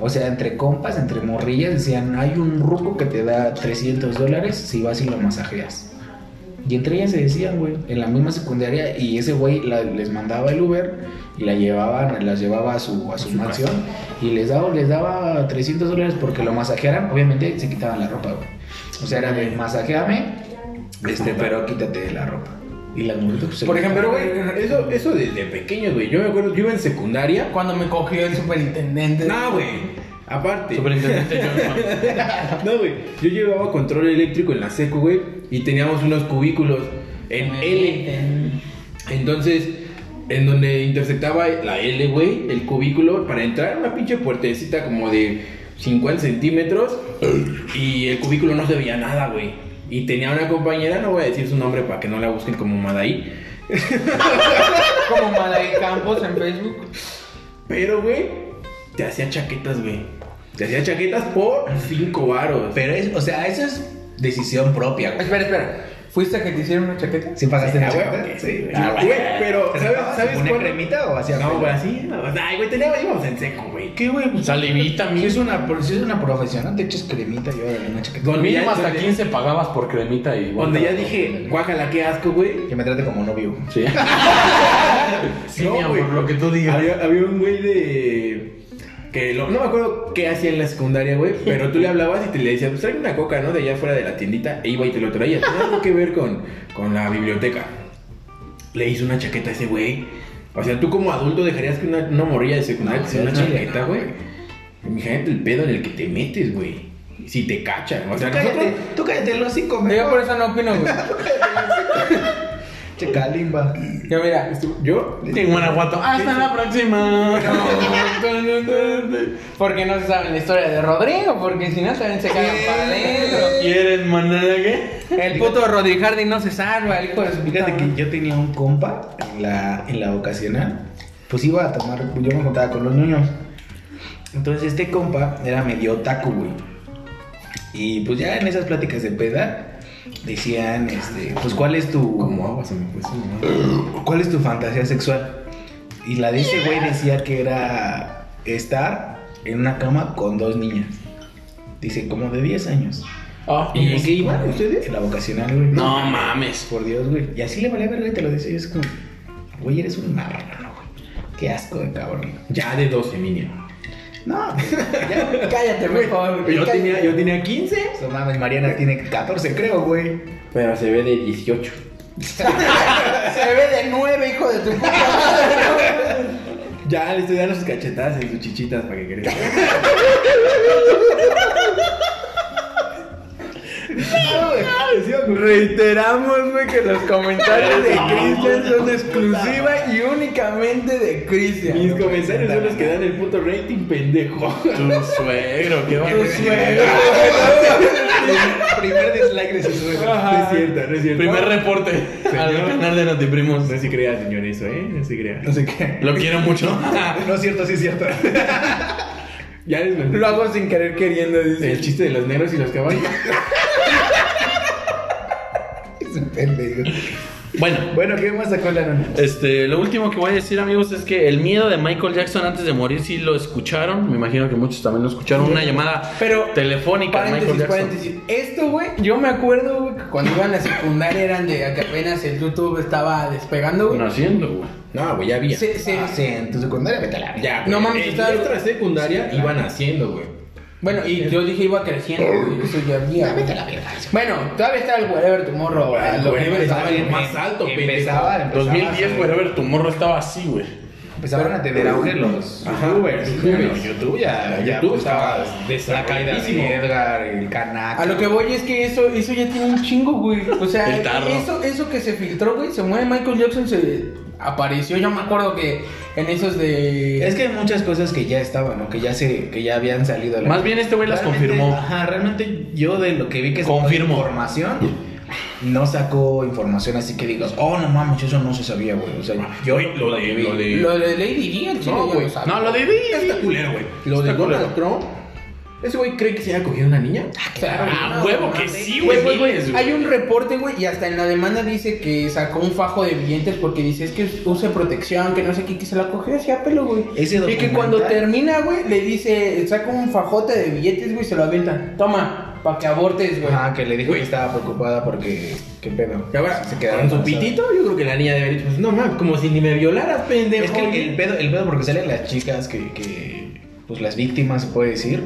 O sea, entre compas, entre morrillas, decían, hay un ruco que te da 300 dólares si vas y lo masajeas. Y entre ellas se decían, güey, en la misma secundaria, y ese güey la- les mandaba el Uber y la llevaban, las llevaba a su, a su, mansión y les daba, les daba 300 dólares porque lo masajearan. Obviamente se quitaban la ropa, güey. O sea, era de masajeame, este, pero quítate la ropa. Y las mujeres, pues, se
Por
lo-
ejemplo, güey, eso, eso desde pequeño, güey. Yo me acuerdo, yo iba en secundaria.
Cuando me cogió el superintendente.
No, güey. Aparte.
Superintendente Johnson.
No, güey. Yo llevaba control eléctrico en la seco, güey. Y teníamos unos cubículos en L. Entonces, en donde intersectaba la L, güey, el cubículo, para entrar una pinche puertecita como de 50 centímetros. Y el cubículo no se veía nada, güey. Y tenía una compañera, no voy a decir su nombre para que no la busquen como Madaí.
Como Malay Campos en Facebook.
Pero, güey, te hacía chaquetas, güey. Te hacía chaquetas por 5 varos.
Pero es, o sea, eso es decisión propia, güey.
Espera, espera. ¿Fuiste a que te hicieron una chaqueta?
¿Sí pagaste
Ah,
la
güey,
chaqueta?
ok.
Sí, güey.
Ah, güey, pero, ¿sabes- sabes
¿Una
cuál?
cremita o hacía
No,
pelo?
güey, así. no, Ay, güey, teníamos, íbamos en seco, güey.
¿Qué, güey? Pues,
Salivita,
Si es
mínimo.
una, si es una profesional, te echas cremita y órale una chaqueta.
Donde
Mínimo
ya-
hasta
donde-
15 pagabas por cremita y...
Donde ya dije, guácala, qué asco, güey.
Que me trate como novio.
Sí. sí,
No,
mi amor,
güey.
lo que tú digas.
Había, había un güey de. Que lo- no me acuerdo qué hacía en la secundaria, güey, pero tú le hablabas y te le decías, pues trae una coca, ¿no? De allá afuera de la tiendita, e iba y te lo traía. Tenía algo que ver con, con la biblioteca. Le hizo una chaqueta a ese güey. O sea, tú como adulto dejarías que una, una morrilla de secundaria
No,
te hiciera
no,
una
no,
chaqueta,
no,
güey. Imagínate el pedo en el que te metes, güey. Si te cachan. O sea, nosotros,
tú cállate el hocico,
Yo por eso no opino, güey.
Che, calimba.
Ya mira.
yo
En Guanajuato. Hasta la próxima.
Porque no se saben la historia de Rodrigo, porque si no saben se cagan para adentro.
¿Quieres manague?
El puto Rodrigo Hardy no se salva, el hijo de su puta
Fíjate que
madre.
yo tenía un compa en la, en la ocasional. Pues iba a tomar, yo me contaba con los niños. Entonces este compa era medio otaku, güey. Y pues ya en esas pláticas de peda decían, este, pues cuál es tu...
como agua se me puso. ¿no?
¿Cuál es tu fantasía sexual? Y la de ese güey decía que era estar en una cama con dos niñas. Dice, como de 10 años.
Ah,
¿Y en qué iban ustedes?
En la vocacional, güey.
No mames.
Por Dios, güey. Y así le valía verga y te lo dice. Y es como, güey, eres un marrano, güey. Qué asco de cabrón.
Ya de 12 mínimo.
No, güey, ya.
Cállate, mejor.
Yo
cállate.
tenía, yo tenía 15.
No mames, Mariana tiene 14, creo, güey.
Pero se ve de 18.
Se ve de nueve, hijo de tu puta madre.
Ya le estoy dando sus cachetadas en sus chichitas para que crezca.
Ah,
Reiteramos, güey, que los comentarios de Cristian son exclusiva y únicamente de
Mis
Cristian.
comentarios son los que dan el puto rating, pendejo.
Tu suegro, qué bueno.
Primer dislike de su suegro.
No es cierto, no es cierto.
Primer reporte al canal de Notiprimos.
No se crea, señor, eso, ¿eh? No se crea.
No sé qué.
Lo quiero mucho.
No es cierto, sí es cierto.
Ya les mandé.
Lo hago sin querer queriendo, dice.
El chiste de los negros y los caballos.
Es un pendejo.
Bueno,
Bueno, ¿qué más sacó la nana?
este, lo último que voy a decir, amigos, es que el miedo de Michael Jackson antes de morir, si lo escucharon, me imagino que muchos también lo escucharon, una llamada
Pero-
telefónica de Michael
Paréntesis,
Jackson.
paréntesis. Esto, güey, yo me acuerdo, güey, que cuando iba en la secundaria eran de a que apenas el YouTube estaba despegando, güey.
Naciendo, güey.
No, güey, ya había.
Se- se-
Ah, sí, en tu secundaria, vete a la verga.
Ya, güey.
No mames,
en
estaba-
nuestra secundaria iban haciendo, güey.
Bueno, y yo dije iba creciendo, güey, eso ya había. güey. Bueno, todavía está el wherever tomorrow. güey, lo que
Wherever
estaba
estaba
en-
más
empezaba,
alto, pendejo.
empezaba,
2010,
Ah, pues, sí.
güey, a ver, tu morro estaba así, güey.
Empezaron a tener auge los youtubers. Bueno, YouTube ya, ya
YouTube
estaba
estaba
la caída
desarrolladísimo.
de Edgar, el canaco.
A lo que voy es que eso, eso ya tiene un chingo, güey. O sea,
El tarro.
eso, eso que se filtró, güey, se mueve Michael Jackson, se apareció. Yo me acuerdo que en esos de.
Es que hay muchas cosas que ya estaban, o que ya se, que ya habían salido. a la-
Más bien este güey las
Realmente-
confirmó.
Ajá, realmente yo de lo que vi que sacó
Confirmo.
información, no sacó información así que digas, oh no mames, eso no se sabía, güey. O sea, yo
Güey, lo de-
vi.
lo de-
Lo de Lady Di, el chile,
No,
yo
güey,
lo sabía.
No, lo de Diddy.
Está culero, güey. Lo
Está
de Donald
culero.
Trump. Ese güey cree que se haya cogido una niña.
Claro,
Ah,
no,
huevo
no,
que
no,
sí, güey.
güey, güey,
miles, güey.
Hay un reporte, güey, y hasta en la demanda dice que sacó un fajo de billetes porque dice es que use protección, que no sé qué, que se la cogió así a pelo, güey.
Ese
Y que
documental-
cuando termina, güey, le dice, saca un fajote de billetes, güey, y se lo avienta. Toma, para que abortes, güey.
Ajá, que le dijo que estaba preocupada porque qué pedo.
Y ahora,
se quedaron
con su
embarazadas.
pitito, yo creo que la niña debe haber dicho, pues, no mames, como si ni me violaras, pendejo.
Es que el, el pedo, el pedo porque salen las chicas que, que, pues las víctimas se puede decir.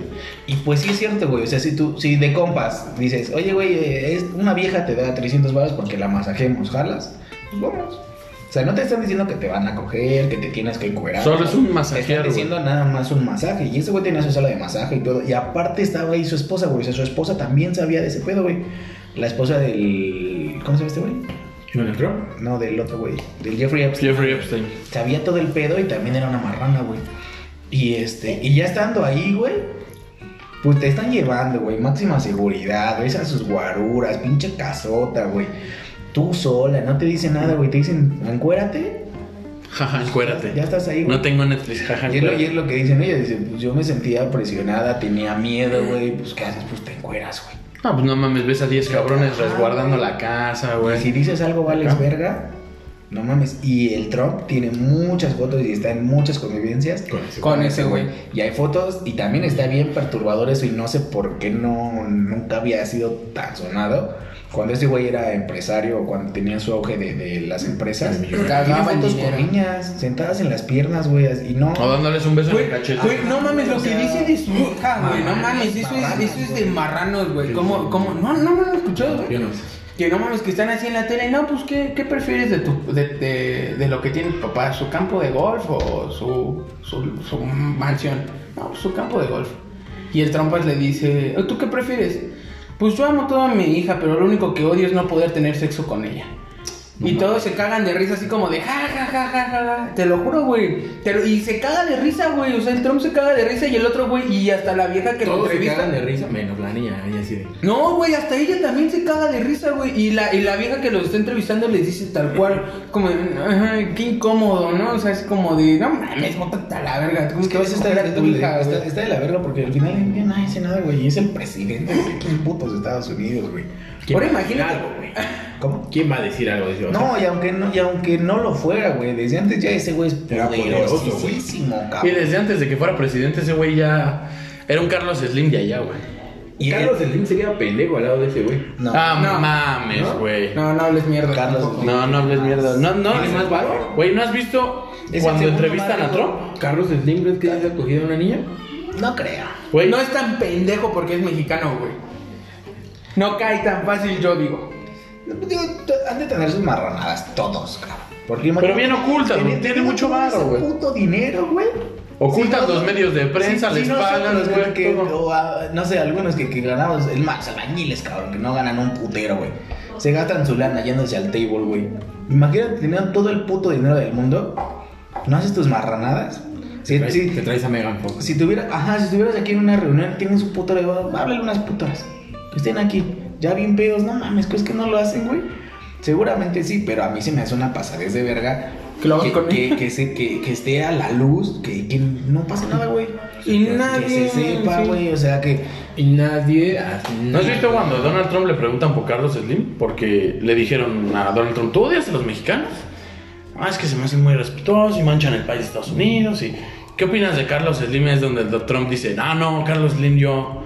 Y pues sí es cierto, güey. O sea, si tú, si de compas dices, oye, güey, eh, es una vieja te da 300 baros porque la masajemos, jalas, pues vamos. O sea, no te están diciendo que te van a coger, que te tienes que encuerar.
Solo es un
Te
masajero,
están
güey.
diciendo nada más un masaje. Y ese güey tenía su sala de masaje y todo. Y aparte estaba ahí su esposa, güey. O sea, su esposa también sabía de ese pedo, güey. La esposa del. ¿Cómo se llama este güey?
¿Donald Trump?
No, del otro güey. Del Jeffrey Epstein
Jeffrey Epstein.
sabía todo el pedo y también era una marrana, güey. Y este, y ya estando ahí, güey, pues te están llevando, güey, máxima seguridad, ves a sus guaruras, pinche casota, güey. Tú sola, no te dicen nada, güey, te dicen, encuérate,
Jaja, encuérate.
ya estás ahí, güey.
No tengo Netflix, jaja.
Y es, lo, y
güey.
es lo que dicen ellos, dicen, pues yo me sentía presionada, tenía miedo, güey, pues ¿qué haces? Pues te encueras, güey.
Ah, pues no mames, ves a 10 cabrones
Ajá,
resguardando
güey.
la casa,
Pues,
Y si
güey.
dices algo vales
Ajá.
verga, no mames. Y el Trump tiene muchas fotos y está en muchas convivencias
Con ese, güey.
Y hay fotos y también está bien perturbador eso y no sé por qué no nunca había sido tan sonado. Cuando ese güey era empresario o cuando tenía su auge de, de las empresas,
Cagaba
tiene
el
fotos
dinero.
con niñas sentadas en las piernas, güey, así- y no.
O dándoles un beso en
Güey,
el cachete.
güey, no mames, lo
O
que
sea,
dice de su hija, güey, no mames, eso
marranos,
es, eso es de
güey.
marranos, güey. ¿Cómo, cómo? No, no, no lo he escuchado, güey.
Yo no sé.
Que no mames, que están así en la tele. No, pues, ¿qué, qué prefieres de, tu, de, de, de lo que tiene tu papá? ¿Su campo de golf o su, su, su mansión? No, pues, su campo de golf. Y el trompas le dice, "Oh, ¿tú qué prefieres? Pues yo amo toda mi hija, pero lo único que odio es no poder tener sexo con ella. y todos se cagan de risa así como de ja ja ja ja ja, ja. Te lo juro, güey. Te lo- Y se caga de risa, güey. O sea, el Trump se caga de risa y el otro, güey. Y hasta la vieja que lo
Todos se
entrevista.
cagan de risa, menos la niña, la niña así de...
No, güey, hasta ella también se caga de risa, güey. Y la, y la vieja que los está entrevistando les dice tal cual, como, de, "Ajá, qué incómodo, ¿no? O sea, es como de, no mames, bótate a la verga. ¿Cómo
Es que a veces está,
vas a
de
coger
la-
a tu hija,
está-
güey?"
está de la verga porque al final el día nadie hace nada, güey. Y es el presidente de los putos Estados Unidos, güey.
¿Quién
Ahora
va a decir
imagínate-
algo, güey?
¿Cómo?
¿Quién va a decir algo de eso?
No, y aunque no, y aunque no lo fuera, güey, desde antes ya ese güey es
Era poderoso, güey.
poderosísimo,
Y
cabrón.
desde antes de que fuera presidente, ese güey ya. Era un Carlos Slim de allá, güey.
Y él-
Carlos Slim se queda pendejo al lado de ese güey.
no.
ah,
No.
mames, güey.
No, no hables mierda.
Carlos,
tampoco.
No, no hables mierda. No, no.
¿Tienes más valor?
Güey, ¿no has visto
el
cuando
segundo
entrevistan
más
a Trump?
¿Carlos Slim crees que se ha cogido una niña?
No creo.
Güey,
No es tan pendejo porque es mexicano, güey. No cae tan fácil, yo digo.
No, pues, digo, t- han de tener sus marranadas todos, cabrón. Porque
pero
imagínate-
bien ocultas, güey. Tiene mucho
ese
barro, güey.
puto dinero, güey.
Ocultas
Sí,
los medios de prensa,
sí,
les
sí, nosotros,
pagan, güey,
que-
todo.
o, ah, no sé, algunos que, que ganamos, el Max Albañiles, cabrón, que no ganan un putero, güey. Se gastan su lana yéndose al table, güey. Imagínate, tenían todo el puto dinero del mundo. ¿No haces tus marranadas? Sí,
Traes-
sí.
Te traes a Megan Fox.
Si tuviera, ajá, si estuvieras aquí en una reunión, tienes un puto de háblale unas putas. Que estén aquí, ya bien pedos, no mames, que es que no lo hacen, güey. Seguramente sí, pero a mí se me hace una pasadez de verga.
Que lo hagan con
que,
él.
que se- que- que esté a la luz, que, que no pase nada, güey.
Y
Que se
nadie,
sepa,
sí.
güey, o sea que.
Y nadie hace
¿No has
nada.
visto cuando a Donald Trump le preguntan por Carlos Slim? Porque le dijeron a Donald Trump, ¿tú odias a los mexicanos? Ah, es que se me hacen muy respetuosos y manchan el país de Estados Unidos. y ¿Qué opinas de Carlos Slim? Es donde el Dr. Trump dice, ah, no, Carlos Slim yo,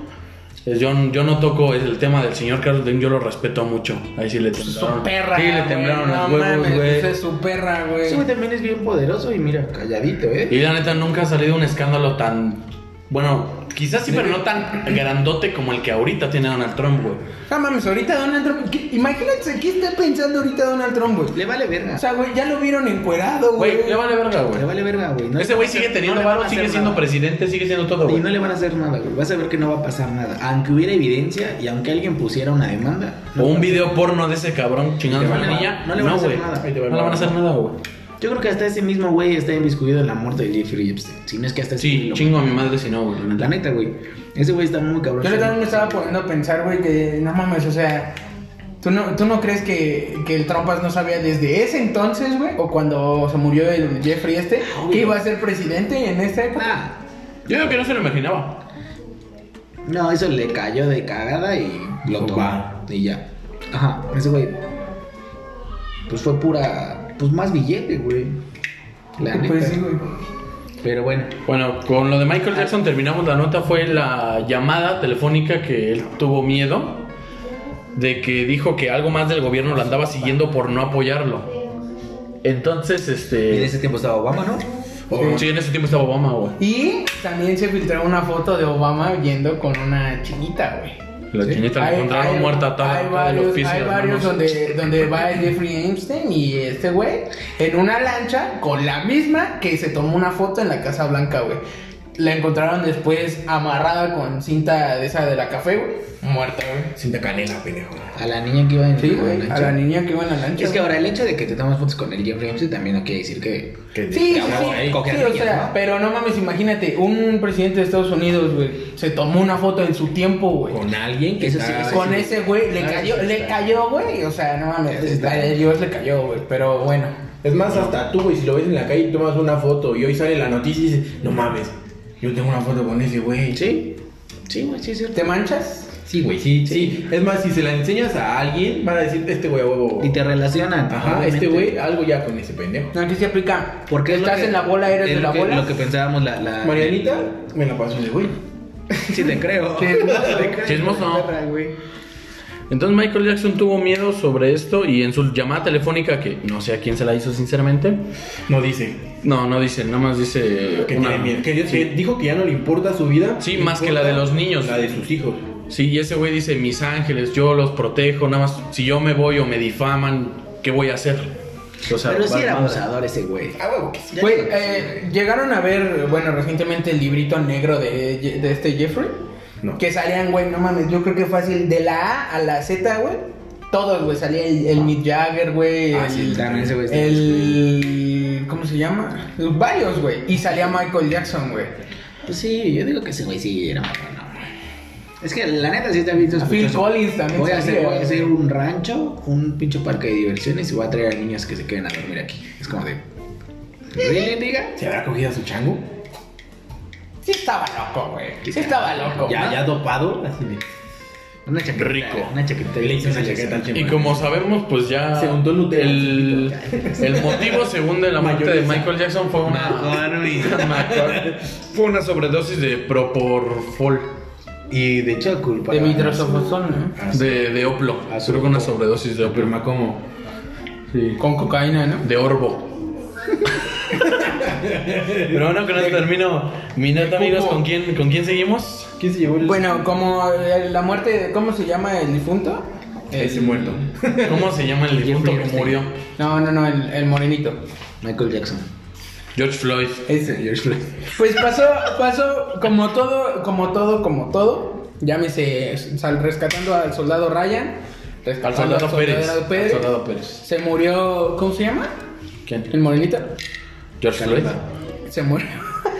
es- yo, yo no toco es el tema del señor Carlos Slim, yo lo respeto mucho. Ahí sí le temblaron.
Pues Su perra.
sí, le
güey,
temblaron los
no
huevos,
mames,
güey.
esa Es su perra, güey.
Ese güey también es bien poderoso y mira, calladito, ¿eh?
Y la neta, nunca ha salido un escándalo tan... Bueno,
Quizás sí, pero no tan grandote como el que ahorita tiene Donald Trump, güey.
No mames, ahorita Donald Trump. ¿qué- Imagínate qué está pensando ahorita Donald Trump, güey.
Le vale verga.
O sea, güey, ya lo vieron encuerado, güey.
Güey, le vale verga, güey.
le vale verga, güey. No
Ese
le
güey
van a
sigue
hacer-
teniendo
no le van a
varo,
hacer
sigue siendo
nada.
presidente, sigue siendo todo,
Y
güey.
no le van a hacer nada, güey. Vas a ver que no va a pasar nada. Aunque hubiera evidencia y aunque alguien pusiera una demanda.
O
no
un
pasa-
video porno de ese cabrón chingando a
Ahí
la
te va el
niña.
varo. No le van a hacer
güey.
nada.
Ahí te va el No le van a hacer nada, güey.
Yo creo que hasta ese mismo güey está inmiscuido en la muerte de Jeffrey Epstein. Si no es que hasta ese
Sí,
güey lo-
chingo a mi madre si no, güey. la
La
neta.
neta, güey. Ese güey está muy cabrón.
Yo le también me estaba poniendo a pensar, güey, que no mames, o sea, ¿tú no, tú no crees que, que el Trumpas no sabía desde ese entonces, güey? O cuando se murió el Jeffrey este,
Ah, Obvio.
que iba a ser presidente en esta época.
Ah,
Yo digo que no se lo imaginaba.
No, eso le cayó de cagada y lo tomó.
Opa.
Y ya. Ajá, ese güey. Pues fue pura. Pues más billete, güey. La neta.
pues sí, güey.
Pero bueno.
Bueno, con lo de Michael Jackson terminamos la nota. Fue la llamada telefónica que él tuvo miedo de que dijo que algo más del gobierno lo andaba siguiendo por no apoyarlo. Entonces,
En
este.
ese tiempo estaba Obama, ¿no?
Sí, en ese tiempo estaba Obama, güey.
Y también se filtró una foto de Obama yendo con una chinita, güey.
La chinita la encontraron muerta atada
hay
de los
varios,
pies y
hay
las
varios
manos.
donde, donde va el Jeffrey Einstein y este güey en una lancha con la misma que se tomó una foto en la Casa Blanca, güey. La encontraron después amarrada con cinta de esa de la café, güey. Muerta, güey.
Cinta canela, pendejo.
A la niña que iba en
Sí,
en
güey.
la
A la
lancha.
niña que iba en la lancha.
Es que
güey.
ahora el hecho de que te tomas fotos con el Jeffrey Epstein también no quiere decir que.
Que-
Sí, sí,
que aguas
sí,
ahí.
coge a
sí, o
niñas,
sea,
¿no?
pero no mames, imagínate, un presidente de Estados Unidos, güey, se tomó una foto en su tiempo, güey.
Con alguien que
Eso sí,
está-
eso sí.
Con ese güey le
Ah,
cayó,
sí,
le
está.
cayó, güey. O sea, no
Sí,
mames,
está.
la de Dios le cayó, güey. Pero bueno.
Es más, hasta tú, güey, si lo ves en la calle y tomas una foto y hoy sale la noticia y dices, no mames, yo tengo una foto con ese güey.
Sí. Sí, güey, sí, es cierto.
¿Te manchas?
Sí, güey, sí, sí. Es más, si se la enseñas a alguien, van a decir, este güey, a huevo.
Y te relacionan.
Ajá,
obviamente.
este güey, algo ya con ese pendejo.
No, aquí se aplica.
Porque es lo
estás
que-
en la bola, eres
es
de
lo
la
que-
bola.
Lo que pensábamos la. la
Marianita, me la pasó ese güey.
Sí, te creo.
Sí,
Te creo,
Chismoso.
perra, güey.
Entonces Michael Jackson tuvo miedo sobre esto y en su llamada telefónica, que no sé a quién se la hizo sinceramente,
No dice
no, no dice, nada más dice...
que
una-
tiene miedo. Que Dios que dijo que ya no le importa su vida.
Sí,
le
más que la
importa
de los niños.
La de sus hijos.
Sí, y ese güey dice, mis ángeles, yo los protejo, nada más, si yo me voy o me difaman, ¿qué voy a hacer? O sea,
Pero sí
vale
era
madre.
abusador ese güey.
A huevo que sí.
Ya
Güey,
creo que sí,
eh, llegaron a ver, bueno, recientemente el librito negro de, Ye- de este Jeffrey.
No.
Que salían, güey, no mames, yo creo que fácil de la A a la Z, güey. Todos, güey, salía el, el Mick Jagger, güey.
Ah,
el-
sí, también ese güey está
El. ¿Cómo se llama? Varios, güey. Y salía Michael Jackson, güey.
Pues sí, yo digo que ese güey sí era marrano. Es que la neta sí está bien
Phil
sospechoso.
Collins también
Voy a, hacer,
salía.
voy a hacer un rancho, un pinche parque de diversiones y voy a traer a niños que se queden a dormir aquí. Es como de. ¿Really, diga?
¿Se habrá cogido a su chango?
Sí estaba loco, güey. Sí estaba loco.
Ya,
Oh, ¿no?
ya dopado. Así de.
Una chaqueta.
Rico.
Una chaqueta.
Le hizo una chaqueta al
Y
chango.
como sabemos, pues ya...
Se untó Nutella.
el, el motivo, según de la muerte de
Mayonesa.
Michael Jackson, fue una... Macor- fue una sobredosis de proporfol.
Y de hecho, culpa.
De mitrosofosol, ¿no?
Ah,
De, de oplo.
Azul.
Creo que una sobredosis de oplo.
Pero me como.
Con cocaína, ¿no?
De orbo. Pero bueno, con esto termino mi nota, amigos. ¿Con quién, ¿Con quién seguimos?
¿Quién se llevó el.?
Bueno, como eh, la muerte, ¿cómo se llama el difunto?
Ese
El-
muerto.
¿Cómo se llama el difunto que
Epstein.
murió?
No, no, no, el, el morenito.
Michael Jackson.
George Floyd.
Ese. Pues pasó, pasó como todo, como todo, como todo. Llámese sal- rescatando al soldado Ryan.
Al
rescatando
soldado Pérez.
soldado Pérez.
Al soldado Pérez.
Se murió, ¿cómo se llama? El
¿Quién?
morenito.
George Floyd.
Se murió.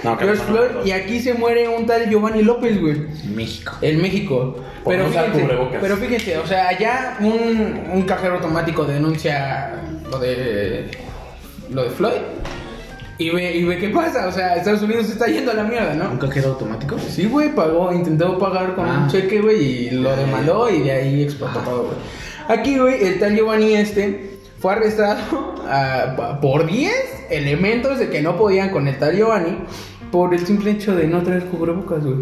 No,
George
Calipano,
Floyd,
no.
y aquí se muere un tal Giovanni López, güey.
México.
En México.
Por
Pero
no usar
fíjense,
cubrebocas.
pero fíjense, o sea, allá un, un cajero automático denuncia lo de lo de Floyd y ve, y ve qué pasa, o sea, Estados Unidos se está yendo a la mierda,
¿Un
¿no?
cajero automático?
Sí, güey, pagó, intentó pagar con
Ah.
un cheque, güey, y lo demandó y de ahí explotó todo, güey. Aquí, güey, el tal Giovanni este fue arrestado ah, pa- por 10 elementos de que no podían con el tal Giovanni por el simple hecho de no traer cubrebocas, güey.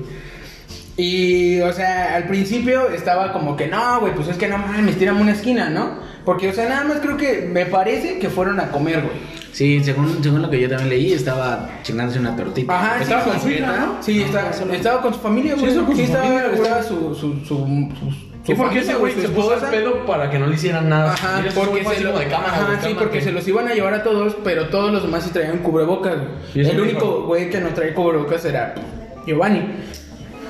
Y, o sea, al principio estaba como que no, güey, pues es que no mames, tiramos una esquina, ¿no? Porque, o sea, nada más creo que me parece que fueron a comer, güey.
Sí, según, según lo que yo también leí, estaba chingándose una tortita.
Ajá,
Estaba
sí,
con su hija, ¿no?
Sí, está- estaba con su familia, güey.
estaba con
Sí,
su
estaba,
familia, güey.
estaba su, su, su, su,
¿Y
su
por qué
familia,
ese güey
su
se puso el
esposa.
pedo para que no le hicieran nada?
Ajá,
Mira, ese güey
porque, se,
fue así
lo-
como de cámara,
ajá,
güey,
sí,
cámara,
porque
que-
se los iban a llevar a todos, pero todos los demás sí traían cubrebocas. güey.
¿Y eso
El
qué
único
dijo?
güey que no traía cubrebocas era Giovanni.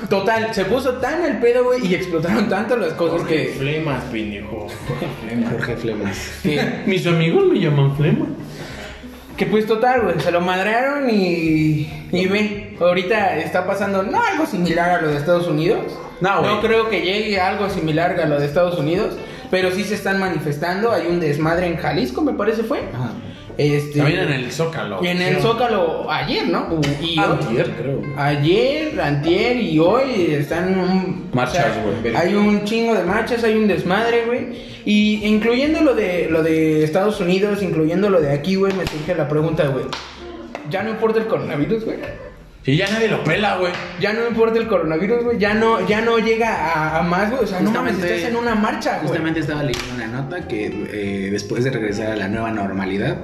Total, se puso tan al pedo, güey, y explotaron tanto las cosas que,
Flemas, pendejo.
Jorge Flemas.
que,
Mis amigos me llaman Flema.
que, pues total, güey, se lo madrearon y, y ve, ahorita está pasando no algo similar a lo de Estados Unidos.
No, güey.
creo que llegue algo similar a lo de Estados Unidos, pero sí se están manifestando, hay un desmadre en Jalisco, me parece fue.
Ajá.
Este,
También en el Zócalo.
Y en el Zócalo ayer, ¿no? Y hoy-
Antier, Uh, creo.
ayer, antier y hoy están un-
Marchas,
o sea,
güey.
hay un chingo de marchas, hay un desmadre, güey. Y incluyendo lo de lo de Estados Unidos, incluyendo lo de aquí, güey, me surge la pregunta, güey. Ya no importa el coronavirus, güey.
Y ya nadie lo pela, güey.
Ya no importa el coronavirus, güey. Ya no, ya no llega a, a más, güey. O sea, no mames,
Justamente-
estás en una marcha, güey.
Justamente estaba leyendo una nota que eh, después de regresar a la nueva normalidad,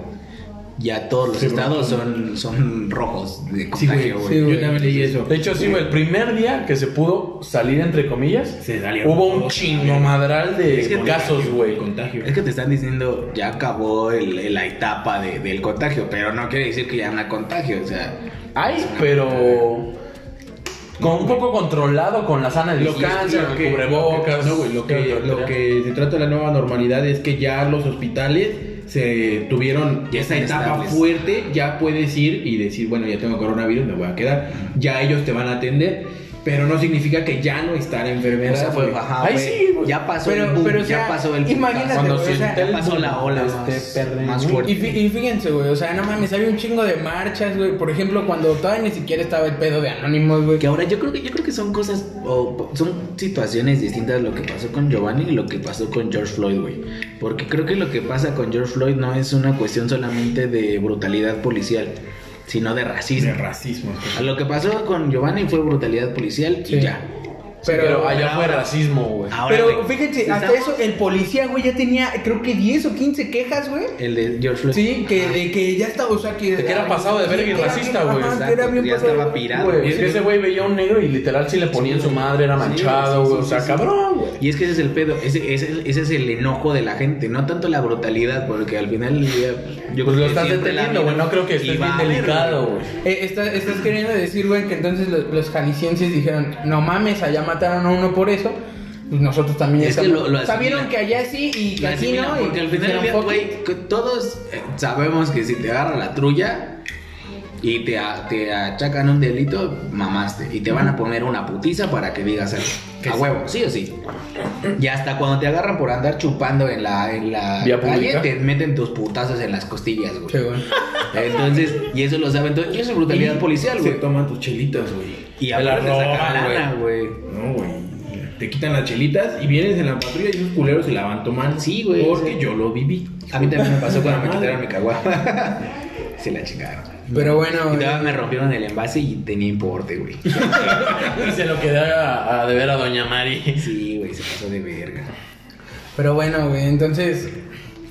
ya todos los estados son, son rojos de contagio, güey.
sí, güey.
Yo también leí eso.
De hecho, sí, güey, el primer día que se pudo salir, entre comillas,
Se salieron
hubo un
todos,
chingo madral de
Es que
casos, güey.
Contagio.
Es que te están diciendo, ya acabó el- el- la etapa de- del contagio, pero no quiere decir que ya no hay contagio, o sea...
Ay, pero... Con un poco controlado, con la sana
Lo que,
distancia,
lo
con
que-
cubrebocas.
no, güey, lo que, lo que se trata de la nueva normalidad es que ya los hospitales se tuvieron
Ya
esa
están
etapa
estables.
fuerte, ya puedes ir y decir, bueno, ya tengo coronavirus, me voy a quedar. Ya ellos te van a atender, pero no significa que ya no está la enfermedad.
O sea, fue,
güey.
ajá,
Ahí
güey,
sí, güey.
ya pasó
Pero-
el boom,
pero, o sea,
ya pasó el boom,
imagínate,
cuando
güey, o
se-
sea,
ya pasó la ola
este
más,
perre-
más fuerte.
Y, fí- y fíjense, güey, o sea, no mames, había un chingo de marchas, güey. Por ejemplo, cuando todavía ni siquiera estaba el pedo de Anónimos, güey.
Que ahora yo creo que yo creo que son cosas o son situaciones distintas lo que pasó con Giovanni y lo que pasó con George Floyd, güey. Porque creo que lo que pasa con George Floyd no es una cuestión solamente de brutalidad policial, sino de racismo.
De racismo.
A Lo que pasó con Giovanni fue brutalidad policial
Sí.
y ya.
Pero,
Pero
allá
ahora-
fue racismo, güey.
Ahora,
Pero
güey,
fíjense,
si
hasta
estamos-
eso, el policía, güey, ya tenía, creo que 10 o 15 quejas, güey.
El de George Floyd.
Sí, que de que ya estaba, o sea, que.
De que era pasado de verga y
que era
racista,
bien-
güey,
ajá,
exacto,
que era bien
ya
pasado de
estaba
verga.
pirado.
Güey, es que ese güey veía a un negro y literal sí le ponía en su madre, era
Sí,
manchado,
sí,
güey.
sí,
O sea,
sí,
cabrón, güey.
Y es que ese es el pedo, ese, ese- ese es el enojo de la gente, no tanto la brutalidad, porque al final del día, yo
Pues
creo
lo
que
estás
siempre la
deteniendo,
vida-
güey. No creo que
y
estés
va a
bien
haber,
delicado, güey.
Eh, está- estás queriendo decir, güey, que entonces los, los jaliscienses dijeron, no mames, allá mataron a uno por eso. Pues nosotros también
Es que
estamos-
lo- lo asimilan.
Sabieron que allá sí y que
La
aquí
asimila,
no. y
porque al final del
dijeron,
día,
"Fuck it".
güey, que todos eh, sabemos que si te agarra la trulla y te, a- te achacan un delito, mamaste. Y te van a poner una putiza para que digas algo. A huevo, sí o sí. Y hasta cuando te agarran por andar chupando en la, en la
Vía
calle,
pública.
te meten tus putazos en las costillas, güey.
Sí, güey.
Entonces, y eso lo saben todos. Y eso es brutalidad policial,
Se
güey.
toman tus chelitas, güey.
Y
Te la
aparte te sacan
roban,
lana, güey.
No, güey. Te quitan las chelitas y vienes en la patrulla y esos culeros se la van tomando.
Sí, güey,
Porque
sí.
yo lo viví.
A mí también me pasó cuando me
Madre.
quitaron mi caguama. Se la chingaron.
Pero bueno,
Y todavía
güey,
me rompieron el envase y tenía importe, güey.
Y se lo quedé a, a deber a Doña Mari.
Sí, güey, se pasó de verga.
pero bueno, güey, entonces,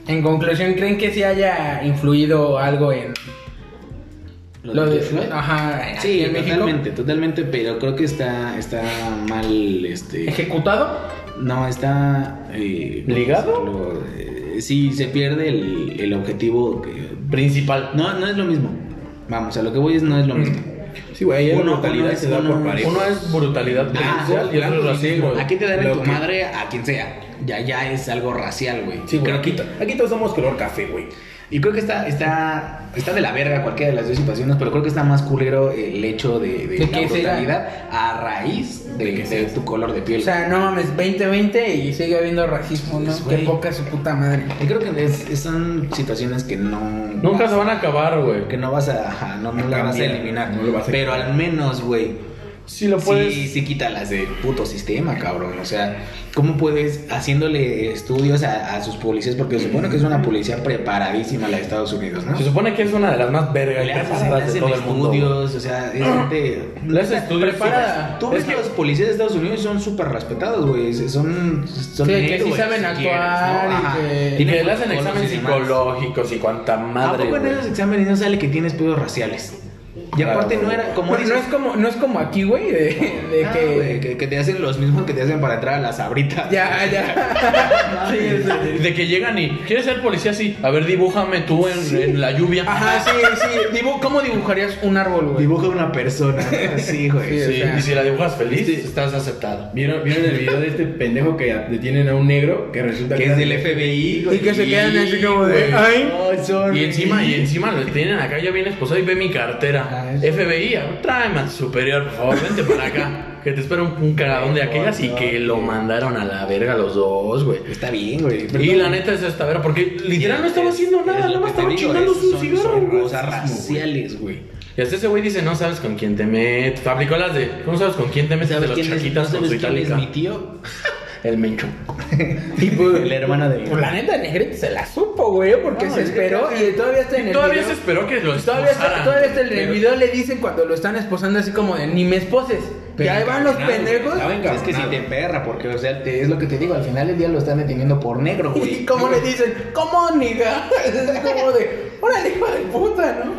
en conclusión, ¿creen que sí haya influido algo en lo de
Floyd?
Ajá,
Sí,
en México?
totalmente, totalmente, pero creo que está, está mal, este...
¿Ejecutado?
No, está... eh, ¿cómo
¿Ligado?
decirlo? Eh, sí, se pierde el, el objetivo. que-
Principal.
No, no es lo mismo. Vamos, a lo que voy es no es lo mismo.
Sí, güey, ahí la
Uno-
brutalidad
uno es-
se da
uno-
por parejo.
Uno es brutalidad
Ah,
policial y otro es racismo.
Aquí te daré
Lo
tu
que-
madre a quien sea. Ya, ya es algo racial, güey.
Sí, güey.
Creo que-
Aquí, aquí todos somos color café, güey.
Y creo que está, está, está de la verga cualquiera de las dos situaciones, pero creo que está más culero el hecho de, de
¿De
la
qué será?
brutalidad a raíz de, de tu color de
O
piel.
sea, no mames, 2020 y sigue habiendo racismo, ¿no?
Pues,
Qué
güey.
poca su puta madre.
y creo que es- es- son situaciones que no...
Nunca se van a acabar, güey.
Que no vas a... ajá, No, no
A
las vas a
cambiar,
eliminar.
no lo vas a
pero al menos, güey,
Si lo puedes.
Sí, sí, quita las de puto sistema, cabrón. O sea, ¿cómo puedes haciéndole estudios a, a sus policías? Porque se supone que es una policía preparadísima la de Estados Unidos, ¿no?
Se supone que es una de las más vergas
Le
y
hacen, le
preparadas de
hacen
todo el mundo.
estudios, o sea, es gente.
Le hacen estudios
preparada.
sí.
Tú ves
Es
que
que-
los policías de Estados Unidos son súper respetados, güey. Son. son
Sí, que sí
héroes,
saben
si
actuar
quieres, ¿no?
y
Ajá.
que-
Y
Tienen
que le hacen
protocolos
exámenes
y demás.
psicológicos y cuanta
¿A
madre.
poco en
güey.
esos exámenes no sale que tienes pedos raciales? Y aparte no era como
Bueno, no,
dices,
es como, no es como aquí, güey, de, de
ah,
que...
güey, que, que te hacen los mismos que te hacen para entrar a las abritas.
Ya, ya. Sí, sí.
De que llegan y ¿quieres ser policía? Sí. A ver, dibújame tú en, en la lluvia.
Ajá, sí, sí. Dibu- ¿Cómo dibujarías un árbol, güey?
Dibuja una persona. ¿no? Así, güey.
Sí.
Sí,
o sea.
y si la dibujas feliz, estás aceptado.
¿Vieron, ¿Vieron el video de este pendejo que detienen a un negro que resulta
Que
era
es del FBI, güey.
Y que se quedan así como de,
güey.
"Ay".
No, sorry.
Y encima, y encima lo tienen acá ya bien esposado y ve mi cartera.
Ah, eso.
FBI, a ver, tráeme a tu superior, por favor, vente para acá. Que te espera un, un cagadón de aquellas y que lo mandaron a la verga los dos, güey.
Está bien, güey.
Y la neta es esta, ¿verdad? Porque literal no estaba haciendo nada, nada más estaba chingando su cigarro, güey.
Cosas raciales, güey.
Y hasta ese güey dice, no sabes con quién te metes. Fabricó las de, ¿cómo sabes con quién te metes? De
¿Sabes
los
quién es,
chaquitas con
¿sabes
su
quién es
itálica.
mi tío?
El mencho.
Tipo, la hermana de
Pues la neta, Negrete se la supo, güey, porque se esperó y todavía está en el
Todavía
video.
se esperó que lo
Todavía está,
expulsaran.
todavía está en el
Pero-
video, le dicen cuando lo están esposando así como de, ni me esposes. Que ahí van los pendejos.
Estaba
Es que si
encabronado.
te perra, porque, o sea, te- es lo que te digo, al final del día lo están deteniendo por negro,
¿Y
güey.
cómo le dicen? ¿Cómo, niga? Es como de, órale, hijo de puta, ¿no?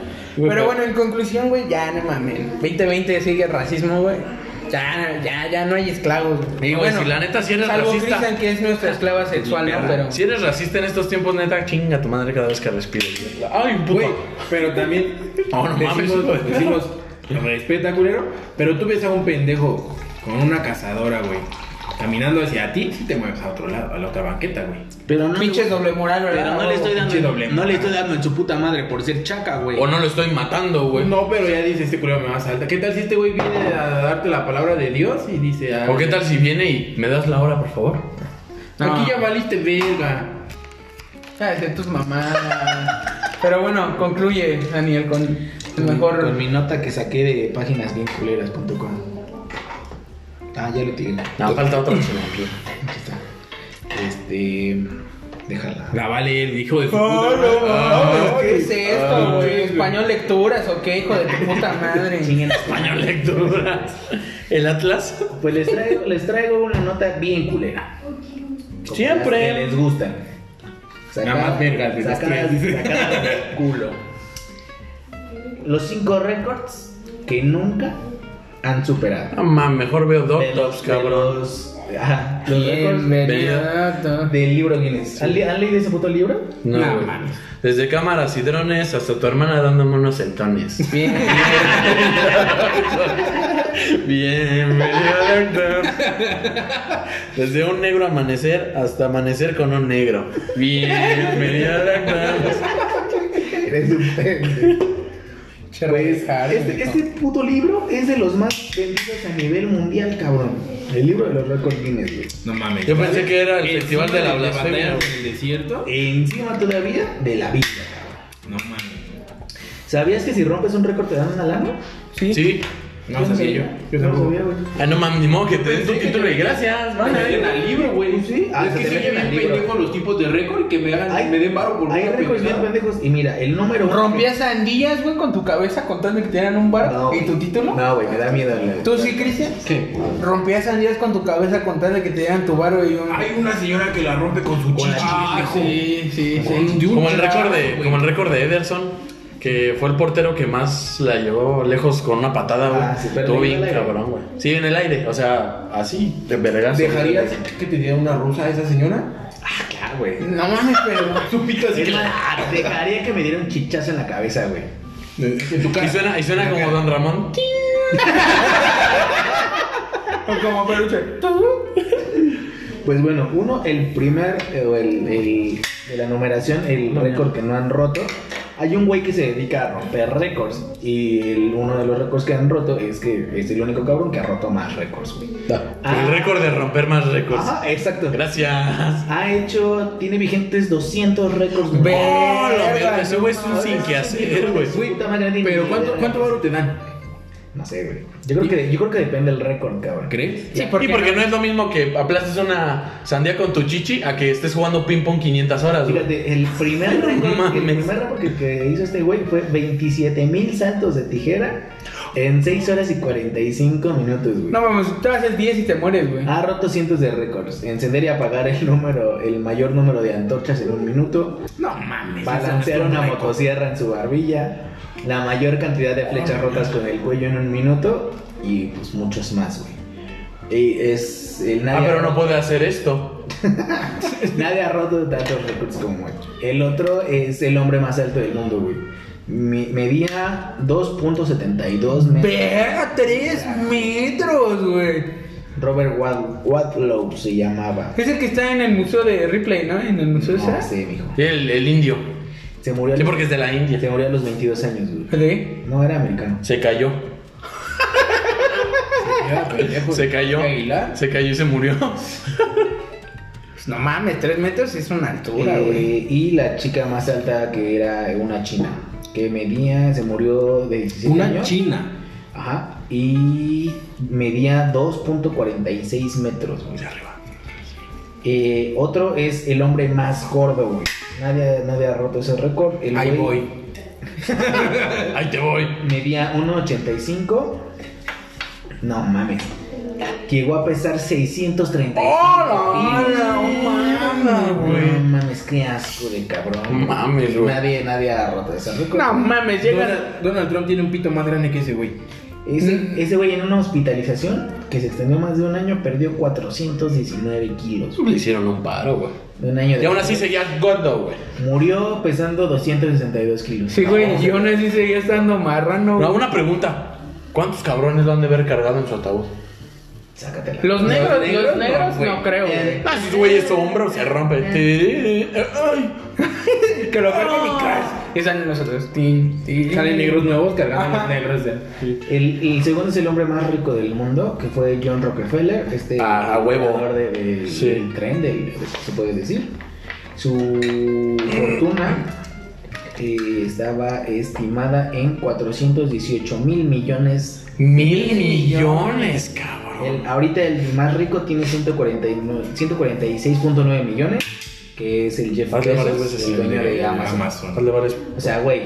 Pero bueno, en conclusión, güey, ya no mamen. 2020 sigue racismo, güey. Ya, ya, ya no hay esclavos. güey.
Sí, güey, si la neta, si eres
salvo
racista.
Cristian, que es nuestra esclava sexual, ¿no? Pero...
Si eres racista en estos tiempos, neta, chinga tu madre cada vez que respires. Ay, puta.
Güey, pero también
Oh, no mames.
decimos, decimos, respeta, culero, pero tú ves a un pendejo con una cazadora, güey, caminando hacia ti, si te mueves a otro lado, a la otra banqueta, güey.
Pero no.
Pinches doble moral, ¿verdad?
Pero no le estoy
Pinche
dando.
doble
no le
moral.
estoy dando en su puta madre por ser chaca, güey.
O no lo estoy matando, güey.
No, pero ya dice, este culero me va a saltar. ¿Qué tal si este güey viene a darte la palabra de Dios y dice, ah,
O qué tal si viene y me das la hora, por favor.
Aquí
No.
ya valiste verga.
Cállate tus mamás. Pero bueno, concluye, Daniel, con el mejor.
Con mi nota que saqué de páginas bien culeras.com. Ah, ya lo tiré.
No, falta otra opción aquí.
Aquí está. Este. Déjala.
La vale el hijo de su
No,
puta madre.
no, no,
Ah,
¿Qué es esto,
ah,
güey?
güey.
Español lecturas, ¿o qué, hijo de tu puta madre?
Español lectura. El Atlas.
Pues les traigo, les traigo una nota bien culera. Como
Siempre.
las que les gustan.
Nada más vergas de las
sacadas-
tres.
sacadas del culo. Los cinco récords que nunca han superado.
No mames, mejor veo Doctops,
de
cabrón.
los- ajá, los récords
Bienvenido.
del libro Guinness. ¿Han, le- han leído ese puto libro?
No, güey. Desde cámaras y drones hasta tu hermana dándome unos centones.
Bien.
Bienvenido, doctor. Desde un negro amanecer hasta amanecer con un negro. Bienvenido, doctor.
Eres un pendejo. Pues,
Harry,
este, este puto libro es de los más vendidos a nivel mundial, cabrón. El libro de los récords Guinness, güey.
No mames.
Yo pensé que era el festival de la
Encima
blasfemia.
batalla en el desierto.
Encima todavía de la vida, cabrón.
No mames.
¿Sabías que si rompes un récord te dan una lana?
Sí.
Sí.
No sabía yo. Yo
No
tampoco.
sabía, güey.
Ah, no mames, ni modo que te den tu título y gracias.
Ah,
vale.
me meten al libro, güey.
Sí, ah,
es
se
que
te
soy
meten
bien
al libro.
pendejo los tipos de récord que me hagan, me den varo por
Hay
una
récords bien
pendejada.
pendejos. Y mira, el número uno.
Rompías sandías, güey, con tu cabeza contando que tenían un bar
No,
y tu título.
No, güey, me da miedo. la-
¿Tú sí, Cristian?
¿Qué?
Rompías sandías con tu cabeza contando que te dieran tu bar y un.
Hay una señora que la rompe con su
Con la
chicha.
Ah, sí, sí, sí.
Como el récord de, como el récord de Ederson, que fue el portero que más la llevó lejos con una patada, güey.
Ah, sí, pero
Estuvo
le
bien
dio en el aire.
cabrón, güey. Sí, en el aire, o sea, así, de vergas.
¿Dejarías que te diera una rusa a esa señora? Eh,
Ah, claro, güey.
No mames, pero.
Su pito así.
Claro, dejaría que me diera un chichazo en la cabeza, güey.
En tu
Y
cara.
suena, y suena como Don Ramón.
O como peluche.
Pues bueno, uno, el primer, eh, o el, el- de la numeración, el récord que no han roto. Hay un güey que se dedica a romper récords. Y el- uno de los récords que han roto es que es el único cabrón que ha roto más récords, güey. Ah.
El récord de romper más récords.
Ajá, exacto.
Gracias.
Ha hecho, tiene vigentes 200 récords.
Ve-
Oh, lo
Verga,
verga, ese güey es
no
un sin
mames.
que hacer, güey.
Puta madre, ni-
Pero ¿cuánto, cuánto varo te dan?
No sé, güey. Yo creo que, yo creo que depende del récord, cabrón.
¿Crees?
Sí,
y porque no? es lo mismo que aplastes una sandía con tu chichi a que estés jugando ping pong 500 horas, güey.
Fíjate, el primer récord, el
mames.
primer récord que, que hizo este güey fue 27 mil saltos de tijera en 6 horas y 45 minutos, güey.
No mames, te haces 10 y te mueres, güey.
Ha roto cientos de récords. Encender y apagar el número, el mayor número de antorchas en un minuto.
No mames.
Balancear
eso es un
una
récord.
motosierra en su barbilla. La mayor cantidad de flechas rotas con el cuello en un minuto. Y pues muchos más, güey. Y es. el
Ah,
nadie
pero
ha
no
roto-
puede hacer esto.
Nadie ha roto tantos récords como él. El otro es el hombre más alto del mundo, güey. Mi- medía 2.72 metros.
Verga, 3 metros, güey.
Robert Wad- Wadlow se llamaba.
Es el que está en el museo de Ripley, ¿no? En el museo
No
ese.
sé, mijo.
Y El, el indio.
Se murió, a
Sí,
los-
porque es de la India.
se murió a los 22 años, güey.
¿De?
No era americano.
Se cayó. Se cayó.
Aguilar.
Se cayó y se murió.
Pues no mames, 3 metros es una altura,
Eh,
güey.
y la chica más alta que era una china. Que medía, se murió de 17
Una
años.
china.
Ajá. Y medía 2.46 metros, güey. Eh, otro es el hombre más gordo, güey. Nadie, nadie ha roto ese récord. El
Ahí
güey
voy.
Ahí te voy.
Medía 1.85. No mames. Llegó a pesar 635.
¡Hola! ¡Hola! ¡Hola,
güey!
No mames, qué asco de cabrón.
Mames, güey.
Nadie, nadie ha roto ese récord.
No mames, llega.
Donald, Donald Trump tiene un pito más grande que ese güey.
Mm.
Ese, ese güey en una hospitalización que se extendió más de un año perdió 419 kilos.
Le hicieron un paro, güey.
De un año de
Y aún así seguía gordo, güey.
Murió pesando 262 kilos.
Sí, güey, yo no sé si seguía estando marrano.
No,
güey.
una pregunta. ¿Cuántos cabrones lo han de haber cargado en su ataúd?
Sácatela.
Los negros, los negros,
negros no,
no,
güey.
creo,
Eh,
güey.
Ah, si güey, su hombro se rompe. Eh, Ay.
Que lo cargue mi crash. Y salen nosotros. Tin, tin.
Salen negros nuevos cargando
Ajá.
los negros de.
El, el segundo es el hombre más rico del mundo, que fue John Rockefeller, este
Ah, a huevo.
creador de- del
Sí.
del tren, del- de- se puede decir. Su fortuna eh, estaba estimada en 418 mil millones.
Mil millones, cabrón.
El- ahorita el más rico tiene 149 146.9 millones, que es el Jeff
Hazle varias
Bezos,
veces
el dueño
el-
de
el
Amazon.
Hazle varias-
O sea, güey.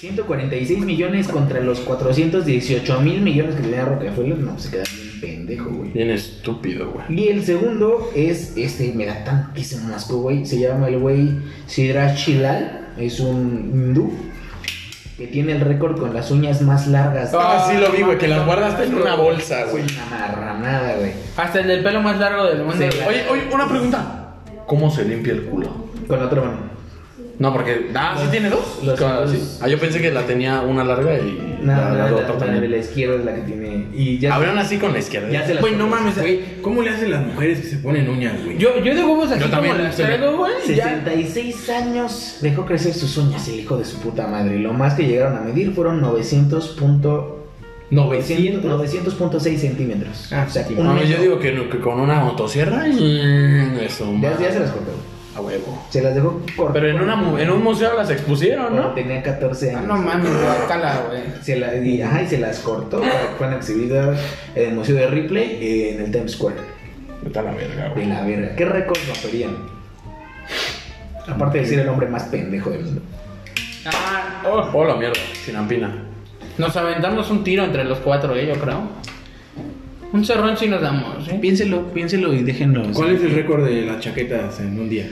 146 millones contra los 418 mil millones que tenía Rockefeller. No, se queda bien pendejo, güey.
Bien estúpido, güey.
Y el segundo es, este, me da tantísimo asco, güey. Se llama el güey Sidraj Chilal. Es un hindú que tiene el récord con las uñas más largas.
Ah, sí lo vi, güey, que las guardaste en una bolsa,
Es
güey.
una marranada, güey.
Hasta el del pelo más largo del mundo.
Sí.
Oye, oye, una pregunta. ¿Cómo se limpia el culo?
Con la otra mano.
No, porque. Ah, sí tiene dos.
los-
Claro, sí.
los-
Ah, yo pensé que la tenía una larga y.
No,
la,
no,
la
la,
otra
la de
también.
la izquierda es la que tiene. Y ya,
Abrieron así con la izquierda.
ya se las
Güey, no
cortas.
mames, güey. ¿Cómo le hacen las mujeres que se ponen uñas, güey?
Yo, yo de huevos así
Yo
como
también,
las
sí.
traigo, güey. Ya.
66 años dejó crecer sus uñas el hijo de su puta madre. Lo más que llegaron a medir fueron 900 punto... 900 900.6 centímetros.
Ah,
o sea,
sí.
un
No, no, yo
metro.
digo que, no, que con una motosierra. y- Eso,
Ya, ya se
madre.
las cortó.
A huevo.
Se las dejó cortar.
Pero en, una, mu- en un museo las expusieron,
Cuando
¿no?
tenía 14
Ah,
años.
No mames, guácala, güey.
Se la- y, ajá, y se las cortó. para que Fueron exhibidas en el Museo de Ripley eh, en el Times Square.
Vete a la verga,
De
güey.
la verga. ¿Qué récords romperían? Aparte de ser el hombre más pendejo del mundo.
Ah,
Oh, oh, la mierda. Sinampina.
Nos aventamos un tiro entre los cuatro, eh, yo creo. Un cerrón sí nos damos, eh.
Piénselo, piénselo y déjenlo.
¿Cuál es el récord de las chaquetas en un día?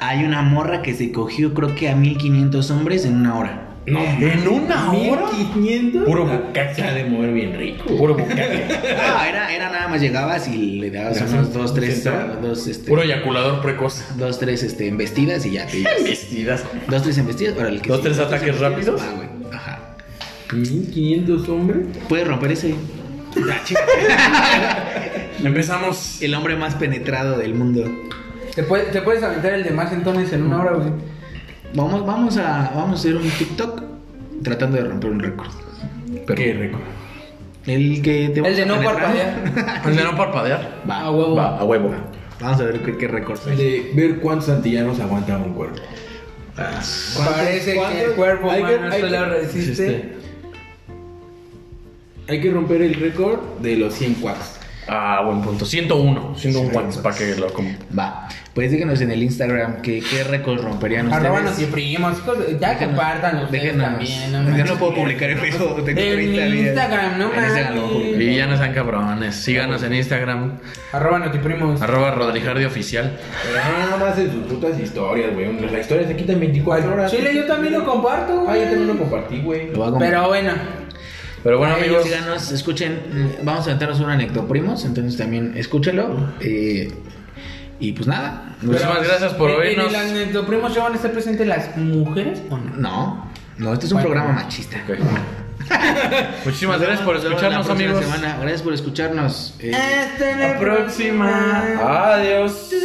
Hay una morra que se cogió creo que a 1500 hombres en una hora.
No, en una hora.
1500.
Puro
Ah,
bucaque.
Se ha de mover bien rico.
Puro bucaque.
Ah, era, era nada más llegabas y le dabas
Gracias.
unos dos, tres,
Sentada.
dos, este,
Puro eyaculador precoz.
dos, tres, este, embestidas y ya te ibas.
Vestidas.
Dos, tres embestidas, órale, que
Dos,
sí.
tres ataques
embestidas,
rápidos.
va, güey. Ajá.
1500 hombres.
Puedes romper ese.
Empezamos.
El hombre más penetrado del mundo.
Te, puede- te puedes aventar el de más entonces en una hora, güey.
Vamos, vamos a, vamos a hacer un TikTok tratando de romper un récord. Pero-
Qué récord.
El que te
El
vamos
de
a
no
penetrar.
parpadear.
El de no parpadear.
Va,
A huevo.
Va, a huevo.
Ah. Vamos a ver qué, qué récord.
El de ver cuántos antillanos aguanta un cuerpo.
Ah.
Parece que el
cuántos-
cuerpo
hay que-
humano
hay que-
solo resiste
Hay que romper el récord de los 100 quacks.
Ah, buen punto. 101. 101 watts para que lo com-
Va. Pues díganos en el Instagram que, qué récord romperían ustedes.
Arrobanos y primos, chicos, ya compartan ustedes
Déjenos.
también.
Yo
manches.
no puedo publicar en Facebook. Tengo
En
30 días.
Instagram, no
En Instagram lo publico.
mames.
Y ya no sean cabrones. Síganos en Instagram.
Arrobanos y primos.
Arroba Rodrijardio Oficial.
Pero no nada más en sus putas historias, güey. Las historias se quitan 24 horas.
Chile, yo también lo comparto.
Ah,
güey.
yo también lo compartí, güey.
Lo hago.
Pero bueno,
Pero bueno,
Ellos,
amigos.
síganos, escuchen, mm, vamos a aventarnos un anecdoprimos, entonces también escúchelo. eh, y pues nada. nos-
Muchísimas gracias por
¿en-
oírnos.
¿En Eh, el anecdoprimos ya van a estar presentes las mujeres o no?
No, no, este es un
Bueno.
programa machista.
Ok. Muchísimas gracias por
Nos vemos la
escucharnos,
próxima
amigos.
Este
semana. Gracias por escucharnos. eh,
Hasta
La próxima. Adiós.